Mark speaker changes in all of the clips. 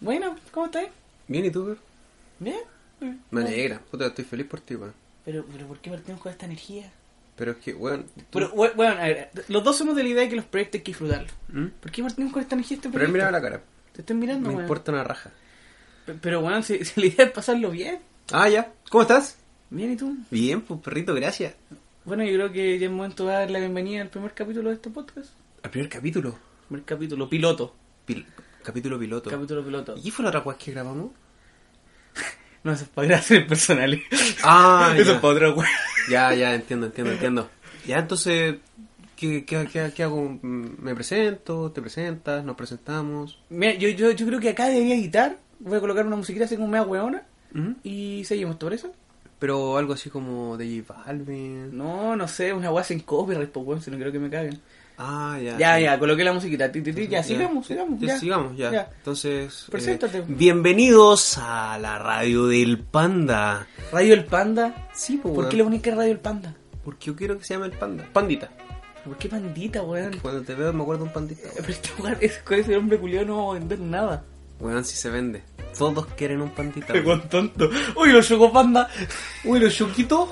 Speaker 1: Bueno, ¿cómo estás?
Speaker 2: Bien, ¿y tú, weón?
Speaker 1: ¿Bien? Bien.
Speaker 2: Me alegra. Puta, estoy feliz por ti, weón.
Speaker 1: Pero, pero ¿por qué partimos con esta energía?
Speaker 2: Pero es que, weón. tú-
Speaker 1: Pero, we- weón, a ver, los dos somos de la idea de que los proyectos hay que disfrutarlos.
Speaker 2: ¿Mm?
Speaker 1: ¿Por qué partimos con esta energía de este
Speaker 2: Pero él
Speaker 1: proyecto?
Speaker 2: miraba la cara.
Speaker 1: Te están mirando,
Speaker 2: Me
Speaker 1: weón.
Speaker 2: importa una raja.
Speaker 1: Pe- Pero, weón, si, si la idea es pasarlo bien.
Speaker 2: Ah, ya. ¿Cómo estás?
Speaker 1: Bien, ¿y tú?
Speaker 2: Bien, pues perrito, gracias.
Speaker 1: Bueno, yo creo que ya es momento de dar la bienvenida al primer capítulo de este podcast.
Speaker 2: Al primer capítulo.
Speaker 1: Primer capítulo, piloto.
Speaker 2: Pil- capítulo piloto.
Speaker 1: Capítulo piloto.
Speaker 2: ¿Y qué fue la otra weá que grabamos?
Speaker 1: No, eso es para gracias personales.
Speaker 2: Ah,
Speaker 1: eso es
Speaker 2: ya.
Speaker 1: para otra weón.
Speaker 2: Ya, ya, entiendo, entiendo, entiendo. Ya, entonces, ¿qué, qué, qué, qué hago? Mm, ¿Me presento? ¿Te presentas? ¿Nos presentamos?
Speaker 1: Mira, yo, yo, yo creo que acá debería editar. Voy a colocar una musiquita así como media weona.
Speaker 2: ¿Mm?
Speaker 1: Y seguimos, ¿te parece?
Speaker 2: Pero algo así como de J Balvin.
Speaker 1: No, no sé, una weá sin copyright, pues weón, si no creo que me caguen.
Speaker 2: Ah, ya.
Speaker 1: Ya, ya, coloqué la musiquita, ti, ti, ti, ya, sigamos, sigamos,
Speaker 2: Ya,
Speaker 1: ya.
Speaker 2: sigamos, ya. Entonces, eh,
Speaker 1: Preséntate.
Speaker 2: bienvenidos a la radio del panda.
Speaker 1: Radio El Panda,
Speaker 2: Sí, pues,
Speaker 1: ¿por qué le ponéis que es Radio El Panda?
Speaker 2: Porque yo quiero que se llame el panda. Pandita.
Speaker 1: ¿Por qué pandita, weón?
Speaker 2: Cuando te veo me acuerdo de un pandita.
Speaker 1: Pero este weón, ese- con ese hombre culiado no vamos a vender nada.
Speaker 2: Bueno, si se vende. Todos quieren un pandita.
Speaker 1: Qué
Speaker 2: weón.
Speaker 1: con tonto. Uy, los chocó panda.
Speaker 2: Uy, los choquitos.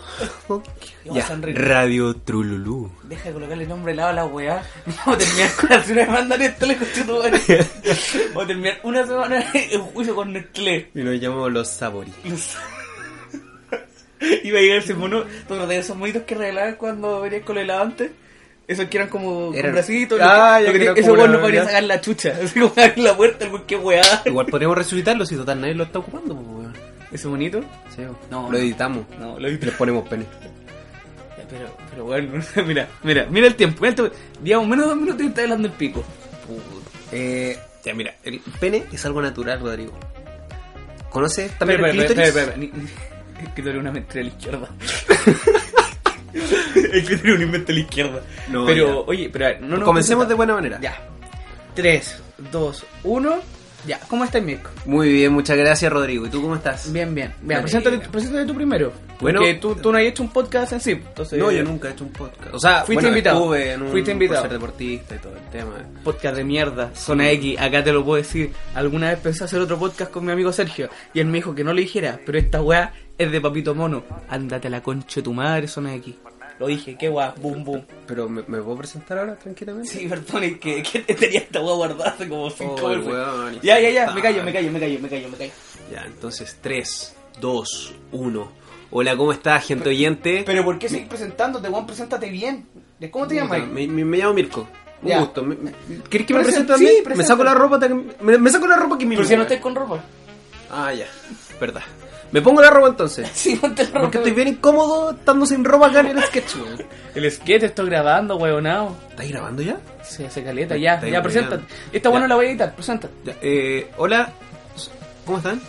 Speaker 1: Ya,
Speaker 2: ya, Radio Trululú.
Speaker 1: Deja de colocarle nombre lado a la weá. Vamos a terminar con la semana de manda Nestlé con tu madre. Vamos a terminar una semana en juicio con Nestlé.
Speaker 2: Y nos llamamos los saborí.
Speaker 1: Los- Iba a llegar ese mono, todos los de esos monitos que regalaban cuando venías con el helado antes. Esos que eran como
Speaker 2: Eran-
Speaker 1: con bracitos.
Speaker 2: Ah,
Speaker 1: lo
Speaker 2: ya
Speaker 1: que-
Speaker 2: que
Speaker 1: lo
Speaker 2: era
Speaker 1: que- Ese
Speaker 2: como
Speaker 1: weón
Speaker 2: una-
Speaker 1: no podría
Speaker 2: ya.
Speaker 1: sacar la chucha. Así como abrir la puerta, el weón, qué weá.
Speaker 2: Igual podríamos resucitarlo si total nadie lo está ocupando. pues, weón.
Speaker 1: Ese monito.
Speaker 2: Sí, weón.
Speaker 1: No, no.
Speaker 2: lo editamos.
Speaker 1: No, lo
Speaker 2: Y les ponemos pene.
Speaker 1: Pero, pero bueno, mira, mira, mira el tiempo. Mira el tiempo. Digamos, menos de dos minutos y está hablando el pico.
Speaker 2: Eh, ya, mira, el pene es algo natural, Rodrigo. ¿Conoces también
Speaker 1: Espera,
Speaker 2: el
Speaker 1: espera,
Speaker 2: clítoris?
Speaker 1: espera, espera, espera. Es que tú eres una mente de la izquierda. es que tú eres un invento de la izquierda.
Speaker 2: No,
Speaker 1: pero,
Speaker 2: ya.
Speaker 1: oye, pero a ver, no nos
Speaker 2: Comencemos de
Speaker 1: presentamos.
Speaker 2: buena manera.
Speaker 1: Ya. 3, 2, 1. Ya, ¿cómo estás, Mirko?
Speaker 2: Muy bien, muchas gracias, Rodrigo. ¿Y tú cómo estás?
Speaker 1: Bien, bien. Vea,
Speaker 2: Me
Speaker 1: preséntate,
Speaker 2: alegra.
Speaker 1: preséntate tú primero.
Speaker 2: Bueno,
Speaker 1: Porque tú, tú no has hecho un podcast en sí. Entonces,
Speaker 2: No, yo nunca he hecho un podcast. O sea,
Speaker 1: Fuiste
Speaker 2: bueno,
Speaker 1: invitado.
Speaker 2: estuve en un-
Speaker 1: Fuiste invitado.
Speaker 2: por ser deportista y todo el tema.
Speaker 1: Podcast de mierda, Zona X, acá te lo puedo decir. Alguna vez pensé hacer otro podcast con mi amigo Sergio y él me dijo que no lo dijera, pero esta weá es de papito mono. Ándate a la concha de tu madre, Zona X. Lo dije, qué weá, boom, boom.
Speaker 2: Pero, ¿me, me puedo presentar ahora tranquilamente?
Speaker 1: Sí, perdón, es que, que tenía esta weá guardada hace como cinco
Speaker 2: Oh,
Speaker 1: meses.
Speaker 2: weón,
Speaker 1: Ya, ya, ya, me
Speaker 2: insoportable.
Speaker 1: callo, me callo, me callo, me callo, me callo.
Speaker 2: Ya, entonces, 3, 2, 1. Hola, ¿cómo estás, gente oyente?
Speaker 1: Pero ¿por qué seguís presentándote, weón? Preséntate bien. ¿Cómo te llamas?
Speaker 2: me, me- me llamo Mirko. Un
Speaker 1: Ya.
Speaker 2: gusto. Me- me- ¿Querés que me
Speaker 1: Presen-
Speaker 2: presente
Speaker 1: sí,
Speaker 2: también? me
Speaker 1: preséntate.
Speaker 2: saco la ropa hasta que- me, me saco la ropa que me
Speaker 1: Pero si no
Speaker 2: mueve.
Speaker 1: estás con ropa.
Speaker 2: Ah, ya. Verdad. Me pongo la ropa entonces.
Speaker 1: Sí, ponte la ropa.
Speaker 2: Porque estoy bien incómodo estando sin ropa acá en el sketch, weón.
Speaker 1: El skate estoy grabando, weonao.
Speaker 2: ¿Estás grabando ya?
Speaker 1: Se hace caleta, ya,
Speaker 2: Está
Speaker 1: ya,
Speaker 2: bien.
Speaker 1: preséntate. Esta weá
Speaker 2: Ya.
Speaker 1: no la voy a editar, preséntate.
Speaker 2: Ya, eh, hola, ¿cómo están?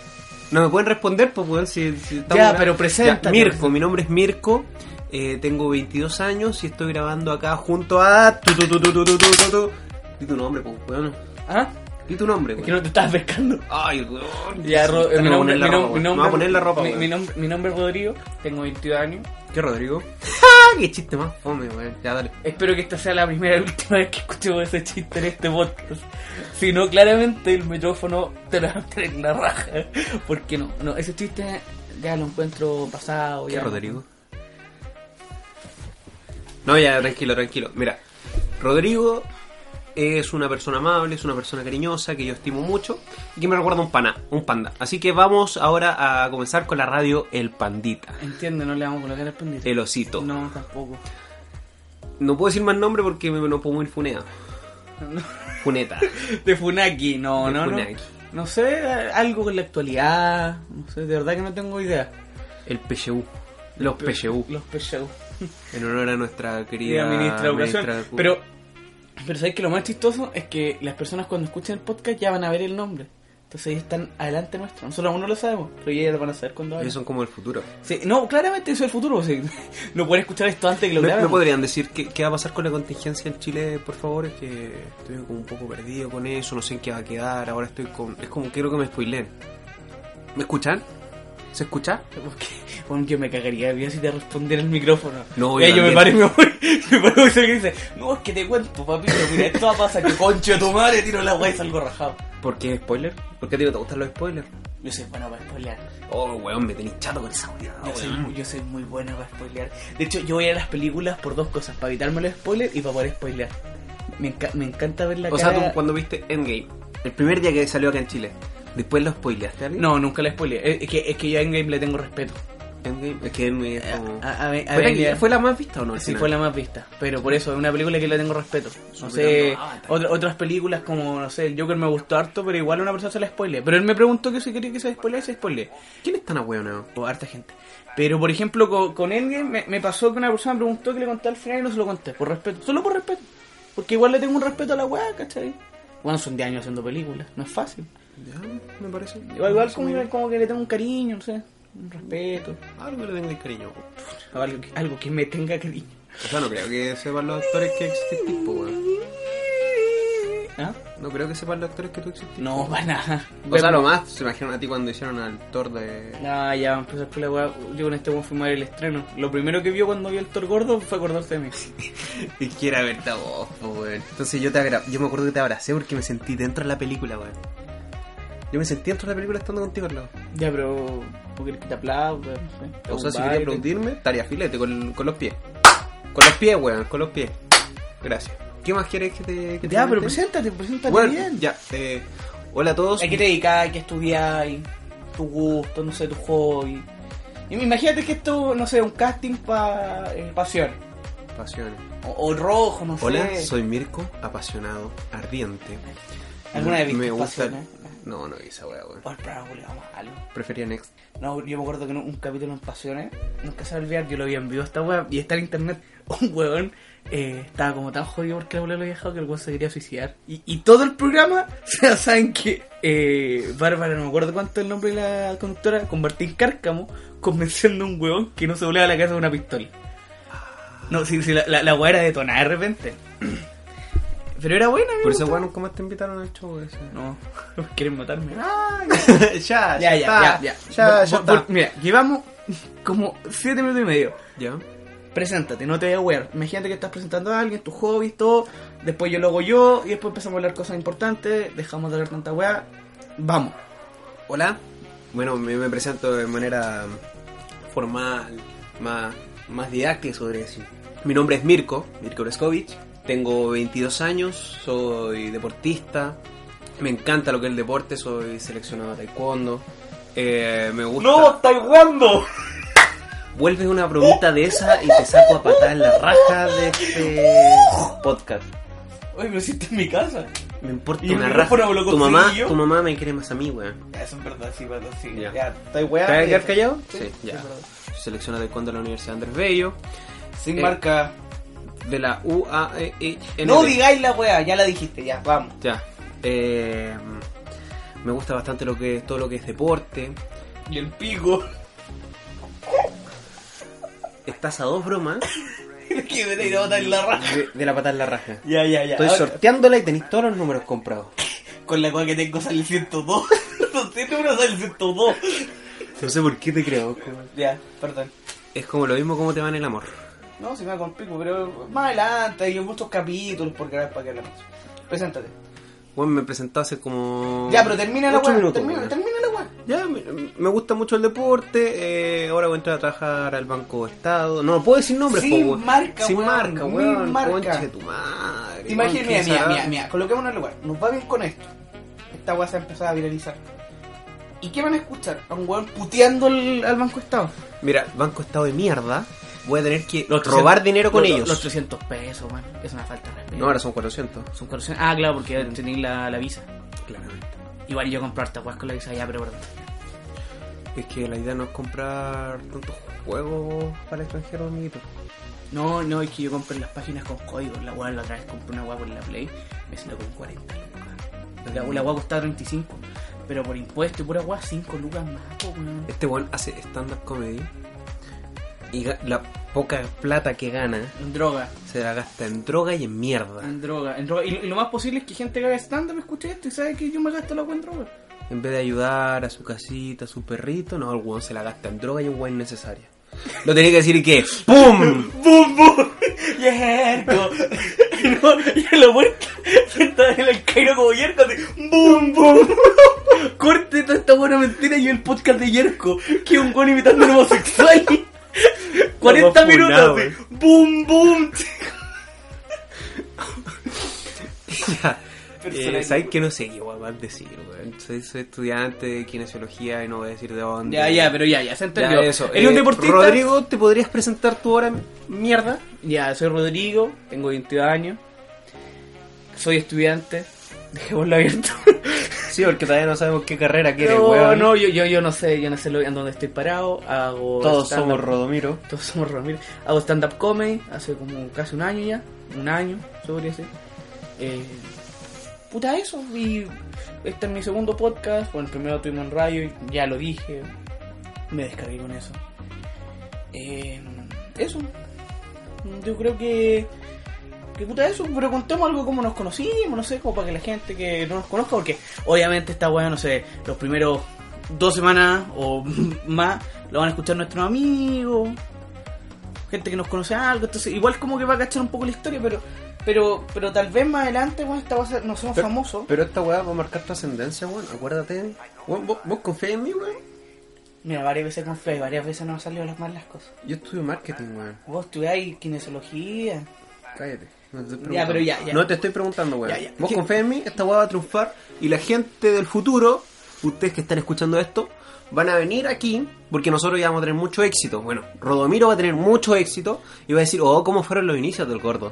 Speaker 2: No me pueden responder, pues, weón, si, si estamos
Speaker 1: Ya,
Speaker 2: grabando.
Speaker 1: pero preséntate.
Speaker 2: Ya, Mirko, mi nombre es Mirko, eh, tengo 22 años y estoy grabando acá junto a... Tu, tu, tu, tu, tu, tu, tu, tu, tu. Di tu nombre, pues, weón.
Speaker 1: ¿Ah?
Speaker 2: Di tu nombre,
Speaker 1: Es
Speaker 2: weón.
Speaker 1: que no te estabas pescando.
Speaker 2: Ay, weón.
Speaker 1: Ya, Ro-
Speaker 2: Tengo
Speaker 1: eh, mi
Speaker 2: que
Speaker 1: nombre,
Speaker 2: poner la
Speaker 1: mi
Speaker 2: ropa,
Speaker 1: nom- mi
Speaker 2: weón. Me
Speaker 1: nombre-
Speaker 2: voy a poner la ropa,
Speaker 1: mi,
Speaker 2: weón.
Speaker 1: mi nombre, mi nombre es Rodrigo, tengo 22 años.
Speaker 2: ¿Qué, Rodrigo? ¡Qué chiste más fome, weón! Ya, dale.
Speaker 1: Espero que esta sea la primera y última vez que escuchemos ese chiste en este podcast. Si no, claramente el micrófono te lo va a tener en la raja. Porque no, no, ese chiste ya lo encuentro pasado.
Speaker 2: ¿Qué,
Speaker 1: ya.
Speaker 2: Rodrigo? No, ya, tranquilo, tranquilo. Mira, Rodrigo es una persona amable, es una persona cariñosa que yo estimo mucho y que me recuerda a un pana, un panda. Así que vamos ahora a comenzar con la radio El Pandita,
Speaker 1: Entiende, no le vamos a colocar el pendiente.
Speaker 2: el osito. No,
Speaker 1: No, tampoco.
Speaker 2: puedo decir más nombre porque me, no puedo muy funea. Funeta.
Speaker 1: De Funaki, no,
Speaker 2: De
Speaker 1: no,
Speaker 2: Funaki.
Speaker 1: no. No sé, algo con la actualidad. No sé, de verdad que no tengo idea.
Speaker 2: El PSU. Los PSU.
Speaker 1: Los PSU.
Speaker 2: En honor a nuestra
Speaker 1: y
Speaker 2: querida
Speaker 1: administra educación.
Speaker 2: ministra de-
Speaker 1: Pero, pero ¿sabes que lo más chistoso? Es que las personas cuando escuchen el podcast ya van a ver el nombre. Entonces ellos están adelante nuestro. Nosotros aún no lo sabemos, pero ellos ya lo van a saber cuando
Speaker 2: Ellos
Speaker 1: vayan.
Speaker 2: son como el futuro.
Speaker 1: Sí, no, claramente eso es el futuro. sí. No pueden escuchar esto antes de que lo
Speaker 2: ¿No-
Speaker 1: graben.
Speaker 2: ¿No, podrían decir qué, qué va a pasar con la contingencia en Chile, por favor? Es que estoy como un poco perdido con eso, no sé en qué va a quedar, ahora estoy con... Es como quiero que me spoileen. ¿Me escuchan? ¿Se escucha?
Speaker 1: Porque, bueno, yo me cagaría de vida si te respondiera el micrófono.
Speaker 2: No,
Speaker 1: Y ahí
Speaker 2: yo
Speaker 1: yo me paro y
Speaker 2: también.
Speaker 1: me voy. Me paro y se dice, no, es que te cuento, papito, mira, esto va a pasar que concho de tu madre, tiro la weá y salgo rajado.
Speaker 2: ¿Por qué spoiler? ¿Por qué a ti no te gustan los spoilers?
Speaker 1: Yo soy bueno para spoilear.
Speaker 2: Oh, weón, me tenéis chato con esa weá,
Speaker 1: Yo soy,
Speaker 2: weón.
Speaker 1: yo soy muy bueno para spoilear. De hecho, yo voy a las películas por dos cosas, para evitarme los spoilers y para poder spoilear. Me, enca- me encanta ver la
Speaker 2: O sea,
Speaker 1: cara...
Speaker 2: tú cuando viste Endgame, el primer día que salió acá en Chile, después lo spoileaste a alguien?
Speaker 1: No, nunca la spoileé. Es- Es que, es que yo a Endgame le tengo respeto.
Speaker 2: Endgame, es que Endgame es como-
Speaker 1: A- a- a-
Speaker 2: ¿Fue, la,
Speaker 1: Avengers-
Speaker 2: que- ah, fue la más vista o no? al
Speaker 1: Sí,
Speaker 2: final?
Speaker 1: fue la más vista. Pero por eso, es una película que le tengo respeto. No
Speaker 2: Superando
Speaker 1: sé,
Speaker 2: Avatar.
Speaker 1: otra- otras películas como, no sé, el Joker me gustó harto, pero igual una persona se la spoile. Pero él me preguntó que si quería que se spoile, se spoile.
Speaker 2: ¿Quién es tan ahueonado?
Speaker 1: O harta gente. Pero por ejemplo, con, con Endgame me, me pasó que una persona me preguntó que le conté al final y no se lo conté. Por respeto, solo por respeto. Porque igual le tengo un respeto a la weá, ¿cachai? Bueno, son de años haciendo películas, no es fácil.
Speaker 2: Ya, me parece.
Speaker 1: Igual, igual como, como que le tengo un cariño, no sé, un respeto.
Speaker 2: Algo Ah, le tengo el cariño.
Speaker 1: Algo que, algo que me tenga cariño.
Speaker 2: O sea, no creo que sepan los actores que existe tipo, weón.
Speaker 1: ¿Ah?
Speaker 2: No creo que sepan los actores que tú existís.
Speaker 1: No, para nada.
Speaker 2: O sea, lo más se imaginan a ti cuando hicieron al actor de.
Speaker 1: Ah, ya, empezó con la weá. Yo con este weón fui a ver el estreno. Lo primero que vio cuando vio el Thor gordo fue acordarse de mí.
Speaker 2: Y quiera verte a vos, po, weón. Entonces yo te abra- yo me acuerdo que te abracé porque me sentí dentro de la película, weón. Yo me sentí dentro de la película estando contigo al lado.
Speaker 1: Ya, pero. ¿Por qué que te aplauda? No sé, te
Speaker 2: O sea, si
Speaker 1: hago un
Speaker 2: quería
Speaker 1: baile.
Speaker 2: aplaudirme, estaría filete con, con los pies. Con los pies, weón, con los pies. Gracias. ¿Qué más quieres que te. Que te
Speaker 1: Ya, pero
Speaker 2: comente?
Speaker 1: preséntate, preséntate
Speaker 2: Bueno,
Speaker 1: bien.
Speaker 2: ya. eh, hola a todos.
Speaker 1: ¿A qué te dedicas? ¿A qué estudiáis? ¿Tu gusto? No sé, tu hobby. Y Imagínate que esto, no sé, un casting para pasión.
Speaker 2: Pasiones.
Speaker 1: O, o rojo, no
Speaker 2: Hola,
Speaker 1: sé.
Speaker 2: soy Mirko, apasionado, ardiente.
Speaker 1: ¿Alguna vez viste
Speaker 2: me gusta.
Speaker 1: pasión, eh?
Speaker 2: No, no vi esa weá, weón.
Speaker 1: Por bravo, le vamos a algo.
Speaker 2: Prefería Next.
Speaker 1: No, yo me acuerdo que en un capítulo en Pasiones, nunca se va a olvidar, yo lo vi en vivo esta web y está en internet. Un weón eh, estaba como tan jodido porque la bola lo había dejado que el weón se quería suicidar. Y, y todo el programa, o sea, saben que eh, Bárbara, no me acuerdo cuánto es el nombre de la conductora, con Martín Cárcamo, convenciendo a un weón que no se volaba a la casa de una pistola. No, sí, sí, la, la, la weá era detonada de repente. Pero era buena, amigo.
Speaker 2: Por eso, weón, ¿cómo te invitaron al show ese?
Speaker 1: No, quieren matarme.
Speaker 2: ya,
Speaker 1: Ya, ya, ya, ya.
Speaker 2: está, Ya,
Speaker 1: Vol-
Speaker 2: ya
Speaker 1: vol-
Speaker 2: está.
Speaker 1: vol- Mira, llevamos como 7 minutos y medio.
Speaker 2: Ya.
Speaker 1: Preséntate, no te voy a wear. Imagínate que estás presentando a alguien, tus hobbies, todo. Después yo lo hago yo y después empezamos a hablar cosas importantes. Dejamos de hablar tanta weá. Vamos.
Speaker 2: Hola. Bueno, me, me presento de manera formal, más, más didáctica, sobre decir. Mi nombre es Mirko, Mirko Breskovich. Tengo 22 años, soy deportista. Me encanta lo que es el deporte, soy seleccionado a taekwondo. eh, me gusta.
Speaker 1: estáis weando!
Speaker 2: Vuelves una bromita de esa y te saco a patar en la raja de este podcast.
Speaker 1: Oye, pero si estás en mi casa.
Speaker 2: Me importa
Speaker 1: Y el
Speaker 2: una raja.
Speaker 1: micrófono me lo
Speaker 2: Tu mamá,
Speaker 1: conseguí yo.
Speaker 2: tu mamá me quiere más a mí, weón.
Speaker 1: Eso es verdad, sí, verdad, sí.
Speaker 2: Ya.
Speaker 1: estáis weando.
Speaker 2: ¿Te vas a quedar callado?
Speaker 1: Sí,
Speaker 2: Sí, ya.
Speaker 1: es verdad.
Speaker 2: Selecciona de cuando la Universidad Andrés Bello,
Speaker 1: Sin
Speaker 2: Eh,
Speaker 1: marca.
Speaker 2: de la E UAE.
Speaker 1: No digáis la weá, ya la dijiste, ya, vamos.
Speaker 2: Ya. Eh, me gusta bastante lo que todo lo que es deporte.
Speaker 1: Y el pico.
Speaker 2: Estás a dos bromas
Speaker 1: que me tenéis a botar en la raja.
Speaker 2: de, de la patada en la raja.
Speaker 1: Ya, ya, ya.
Speaker 2: Estoy
Speaker 1: Ahora-
Speaker 2: sorteándola y tenéis todos los números comprados.
Speaker 1: Con la cual que tengo sale 102. No sé, número sale 102.
Speaker 2: No sé por qué te creo.
Speaker 1: Ya, perdón.
Speaker 2: Es como lo mismo como te va en el amor.
Speaker 1: No, si me va con pico, pero más adelante hay muchos capítulos por grabar para que hablamos. Preséntate.
Speaker 2: Bueno, me presentó hace como.
Speaker 1: Ya, pero termina la
Speaker 2: ocho
Speaker 1: weá.
Speaker 2: minutos,
Speaker 1: Termina,
Speaker 2: weón.
Speaker 1: termina la weá.
Speaker 2: Ya, me, me gusta mucho el deporte. eh, ahora voy a entrar a trabajar al Banco Estado. No, no puedo decir nombres,
Speaker 1: Sin
Speaker 2: po, weón.
Speaker 1: marca,
Speaker 2: Sin
Speaker 1: weón,
Speaker 2: marca,
Speaker 1: sin
Speaker 2: weón.
Speaker 1: marca.
Speaker 2: Conche tu madre.
Speaker 1: Imagínate,
Speaker 2: weón,
Speaker 1: mira,
Speaker 2: qué
Speaker 1: mira, mira,
Speaker 2: desagradable.
Speaker 1: mira, coloquemos en el lugar. Nos va bien con esto. Esta weá se ha empezado a viralizar. ¿Y qué van a escuchar? A un weón puteando al, al Banco Estado.
Speaker 2: Mira, Banco Estado de mierda. Voy a tener que robar dinero con ellos.
Speaker 1: Los 300 pesos, weón. Es una falta de
Speaker 2: no, ahora son 400.
Speaker 1: Son 400. Ah, claro, porque tenéis la, la visa.
Speaker 2: Claramente.
Speaker 1: Igual yo comprar tapas con la visa ya, pero perdón.
Speaker 2: Es que la idea no es comprar tantos juegos para extranjeros, amiguito.
Speaker 1: No, no, es que yo compré las páginas con códigos. La weá la otra vez compré una weá por la Play. Me salió con 40 lucas. La, la weá costaba 35. Pero por impuesto y pura weá, 5 lucas más. po, weón.
Speaker 2: Este weón hace stand-up comedy. Y ga- la poca plata que gana
Speaker 1: En droga.
Speaker 2: se la gasta en droga y en mierda.
Speaker 1: En droga. En droga. Y, lo- y lo más posible es que gente que haga stand-up escuche esto y sabe que yo me gasto la weá en droga.
Speaker 2: En vez de ayudar a su casita, a su perrito, no, el weón se la gasta en droga y en weón innecesaria. Lo tenía que decir y que ¡Pum!
Speaker 1: ¡Bum, bum! Y es Erco. Y no, y lo bueno está en el Cairo como Yerko. Así, ¡Bum, bum! Corte toda esta buena mentira y el podcast de Yerko. Que es un guan imitando a un homosexual. 40
Speaker 2: funado,
Speaker 1: minutos. así,
Speaker 2: wey.
Speaker 1: ¡Bum, bum!
Speaker 2: Ya.
Speaker 1: Personaje.
Speaker 2: Eh, ¿Sabes que no sé qué weón más decir, weón? Soy, soy estudiante de kinesiología y no voy a decir de dónde.
Speaker 1: Ya, ya, pero ya, ya, se
Speaker 2: Ya,
Speaker 1: entendió.
Speaker 2: eso.
Speaker 1: ¿Eres
Speaker 2: Eh,
Speaker 1: un deportista?
Speaker 2: Rodrigo, ¿te podrías presentar tu hora mierda?
Speaker 1: Ya, soy Rodrigo, tengo 22 años. Soy estudiante. Dejémoslo abierto.
Speaker 2: Sí, porque todavía no sabemos qué carrera quieres,
Speaker 1: no,
Speaker 2: weón.
Speaker 1: no, yo, yo, yo no sé, yo no sé lo- en dónde estoy parado. Hago
Speaker 2: Todos
Speaker 1: stand-up.
Speaker 2: somos Rodomiro.
Speaker 1: Todos somos Ramiro. Hago stand-up comedy hace como casi un año ya. Un año, se podría decir. Eh, puta eso. Y este es mi segundo podcast. Bueno, el primero tuvimos en radio y ya lo dije. Me descargué con eso. Eh, eso. Yo creo que... Que puta eso, pero contemos algo como nos conocimos, no sé, como para que la gente que no nos conozca, porque obviamente esta weá, no sé, los primeros dos semanas o más lo van a escuchar nuestros amigos, gente que nos conoce algo, entonces igual como que va a cachar un poco la historia, pero pero pero tal vez más adelante, bueno, esta va a ser, no somos
Speaker 2: Pero-
Speaker 1: famosos.
Speaker 2: Pero esta weá va a marcar tu ascendencia, weón. Acuérdate. Weón, ¿vos, vos confías en mí, weón?
Speaker 1: Mira, varias veces confié, y varias veces no han salido las malas cosas.
Speaker 2: Yo estudio marketing, weón.
Speaker 1: Vos estudiáis kinesiología.
Speaker 2: Cállate. No te, estoy
Speaker 1: Ya,
Speaker 2: preguntando.
Speaker 1: pero ya, ya.
Speaker 2: No te estoy preguntando, weón.
Speaker 1: Ya, ya.
Speaker 2: Vos
Speaker 1: ¿Qué?
Speaker 2: confías en mí, esta weá va a triunfar. Y la gente del futuro, ustedes que están escuchando esto, van a venir aquí porque nosotros ya vamos a tener mucho éxito. Bueno, Rodomiro va a tener mucho éxito y va a decir, oh, ¿cómo fueron los inicios del gordo?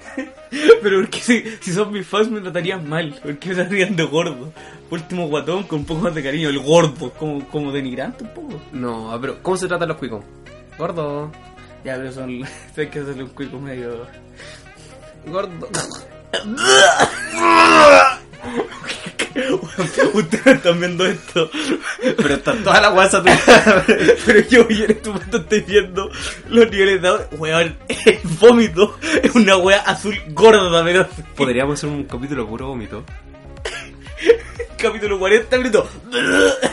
Speaker 1: Pero porque si, si son mis fans me tratarían mal, porque me tratarían de gordo. Último guatón con un poco más de cariño, el gordo, como, como denigrante un poco.
Speaker 2: No, ah, pero ¿cómo se tratan los cuicos? Gordo.
Speaker 1: Ya, pero son. Hay que hacerle un cuico medio.
Speaker 2: Gordo.
Speaker 1: Ustedes están viendo esto.
Speaker 2: Pero está toda la weá saturada.
Speaker 1: Pero yo hoy en este momento estoy viendo los niveles de audio. Weón, el vómito es una wea azul gorda, pero.
Speaker 2: Podríamos hacer un capítulo puro vómito.
Speaker 1: Capítulo 40 minutos.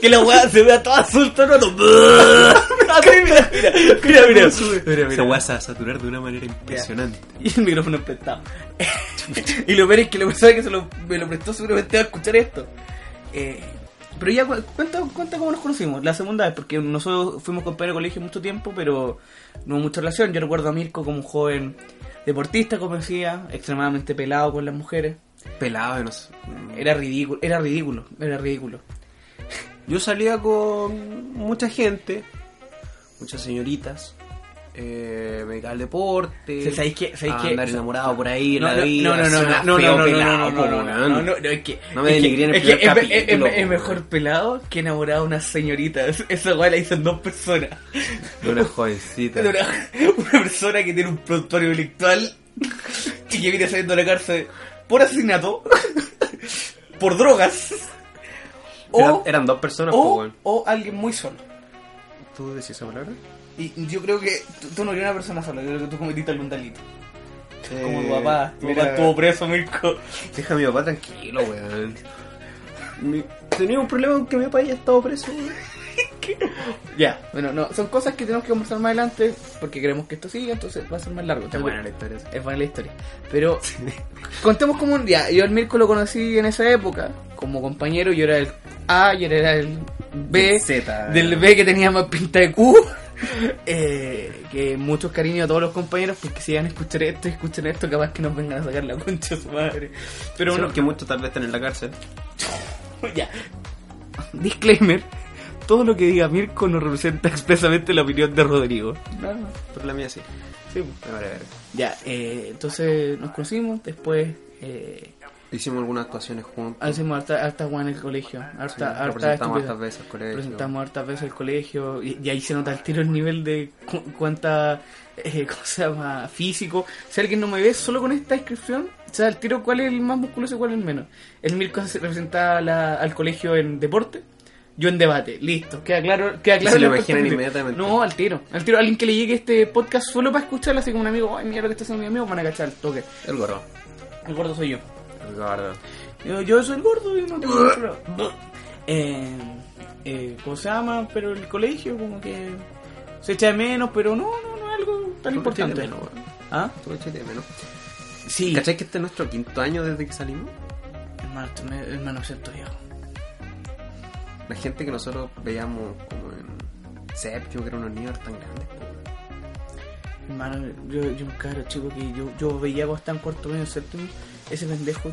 Speaker 1: Que la wea se vea toda azul todo el rato. Así, mira, mira, mira, mira. Mira, mira.
Speaker 2: Esa weá se va a saturar de una manera impresionante.
Speaker 1: Y el micrófono prestado. y lo peor es que la persona que se lo, me lo prestó seguramente va a escuchar esto. Eh, pero ya, cu- cuenta, cuenta cómo nos conocimos, la segunda vez, porque nosotros fuimos compañeros de colegio mucho tiempo, pero no hubo mucha relación. Yo recuerdo a Mirko como un joven deportista, como decía, extremadamente pelado con las mujeres.
Speaker 2: Pelado, yo no sé.
Speaker 1: Era ridículo, era ridículo, era ridículo.
Speaker 2: Yo salía con mucha gente, muchas señoritas. Eh, me dedicaba al deporte.
Speaker 1: Sí, ¿sabéis qué? ¿sabéis
Speaker 2: a
Speaker 1: qué?
Speaker 2: andar enamorado por ahí,
Speaker 1: No,
Speaker 2: la
Speaker 1: no,
Speaker 2: vida.
Speaker 1: no, no, no,
Speaker 2: suena
Speaker 1: no, no,
Speaker 2: feo,
Speaker 1: no, no,
Speaker 2: pelado,
Speaker 1: no, no, no,
Speaker 2: po,
Speaker 1: no,
Speaker 2: weón.
Speaker 1: no, no, es que
Speaker 2: No me
Speaker 1: es que-
Speaker 2: denigrí en el
Speaker 1: es que
Speaker 2: primer
Speaker 1: es me- es-
Speaker 2: capítulo,
Speaker 1: es- es
Speaker 2: po,
Speaker 1: mejor
Speaker 2: weón.
Speaker 1: pelado que enamorado de una señorita. Es- Esa weá la dicen dos personas.
Speaker 2: De una jovencita.
Speaker 1: De Una, una persona que tiene un prontuario delictual y que viene saliendo de la cárcel por asesinato, por drogas,
Speaker 2: Eran,
Speaker 1: o,
Speaker 2: eran dos personas, po,
Speaker 1: o,
Speaker 2: weón.
Speaker 1: o alguien muy solo.
Speaker 2: ¿Tú decís esa palabra?
Speaker 1: Y yo creo que tú, tú no eres una persona sola, yo creo que tú cometiste algún delito. Como tu
Speaker 2: Eh,
Speaker 1: papá, tu
Speaker 2: mira,
Speaker 1: papá estuvo preso, Mirko.
Speaker 2: Deja a mi papá tranquilo, weón. Mi- Tenía un problema con que mi papá haya estado preso, weón.
Speaker 1: Ya, bueno, no, son cosas que tenemos que conversar más adelante porque queremos que esto siga, entonces va a ser más largo.
Speaker 2: Está buena la historia. esa.
Speaker 1: Es buena la historia. Pero contemos como un día. Yo al Mirko lo conocí en esa época como compañero. Yo era el A y él era el B.
Speaker 2: Del Z.
Speaker 1: Del B que tenía más pinta de Q. Eh, que muchos cariños a todos los compañeros porque si van a escuchar esto y escuchan esto, capaz que nos vengan a sacar la concha a su madre. Pero
Speaker 2: Sí,
Speaker 1: bueno,
Speaker 2: porque muchos tal vez están en la cárcel.
Speaker 1: ya. Disclaimer. Todo lo que diga Mirko no representa expresamente la opinión de Rodrigo.
Speaker 2: Pero la mía sí.
Speaker 1: Sí.
Speaker 2: Me vale ver.
Speaker 1: Ya, eh, entonces nos conocimos, después eh,
Speaker 2: Hicimos algunas actuaciones juntos.
Speaker 1: hacemos harta, harta guay en el colegio, harta,
Speaker 2: Sí,
Speaker 1: harta
Speaker 2: lo presentamos
Speaker 1: estupidez.
Speaker 2: hartas veces al colegio.
Speaker 1: ah, Presentamos hartas veces el colegio y, y ahí se nota el tiro el nivel de cu- cuánta, eh, ¿cómo se llama? Físico. Si alguien no me ve solo con esta descripción, se da el tiro cuál es el más musculoso y cuál es el menos. El Mirko se representaba la- al colegio en deporte, yo en debate, listo. Queda claro, queda claro.
Speaker 2: se lo
Speaker 1: la
Speaker 2: imaginan
Speaker 1: perspectiva.
Speaker 2: inmediatamente.
Speaker 1: No, al tiro, al tiro. Alguien que le llegue este podcast solo para escucharlo, así como este un amigo, ay, mira lo que está haciendo mi amigo, van a cachar el toque.
Speaker 2: El gordo.
Speaker 1: El gordo soy yo.
Speaker 2: El gordo.
Speaker 1: Yo, yo soy gordo y no tengo mucho problema. eh, eh, ¿Cómo se llama? Pero el colegio como que se echa de menos, pero no, no, no es algo tan importante.
Speaker 2: Tú échate de menos, weón.
Speaker 1: ¿Ah?
Speaker 2: Tú échate de menos.
Speaker 1: Sí.
Speaker 2: ¿Cachai que este es nuestro quinto año desde que salimos?
Speaker 1: Hermano, esto me- hermano, siento viejo.
Speaker 2: La gente que nosotros veíamos como en CEP, yo que era unos niños tan grandes. po, weón.
Speaker 1: Hermano, yo, yo un caro chico que yo, yo veía cuando estaba en cuarto medio séptimo, ese pendejo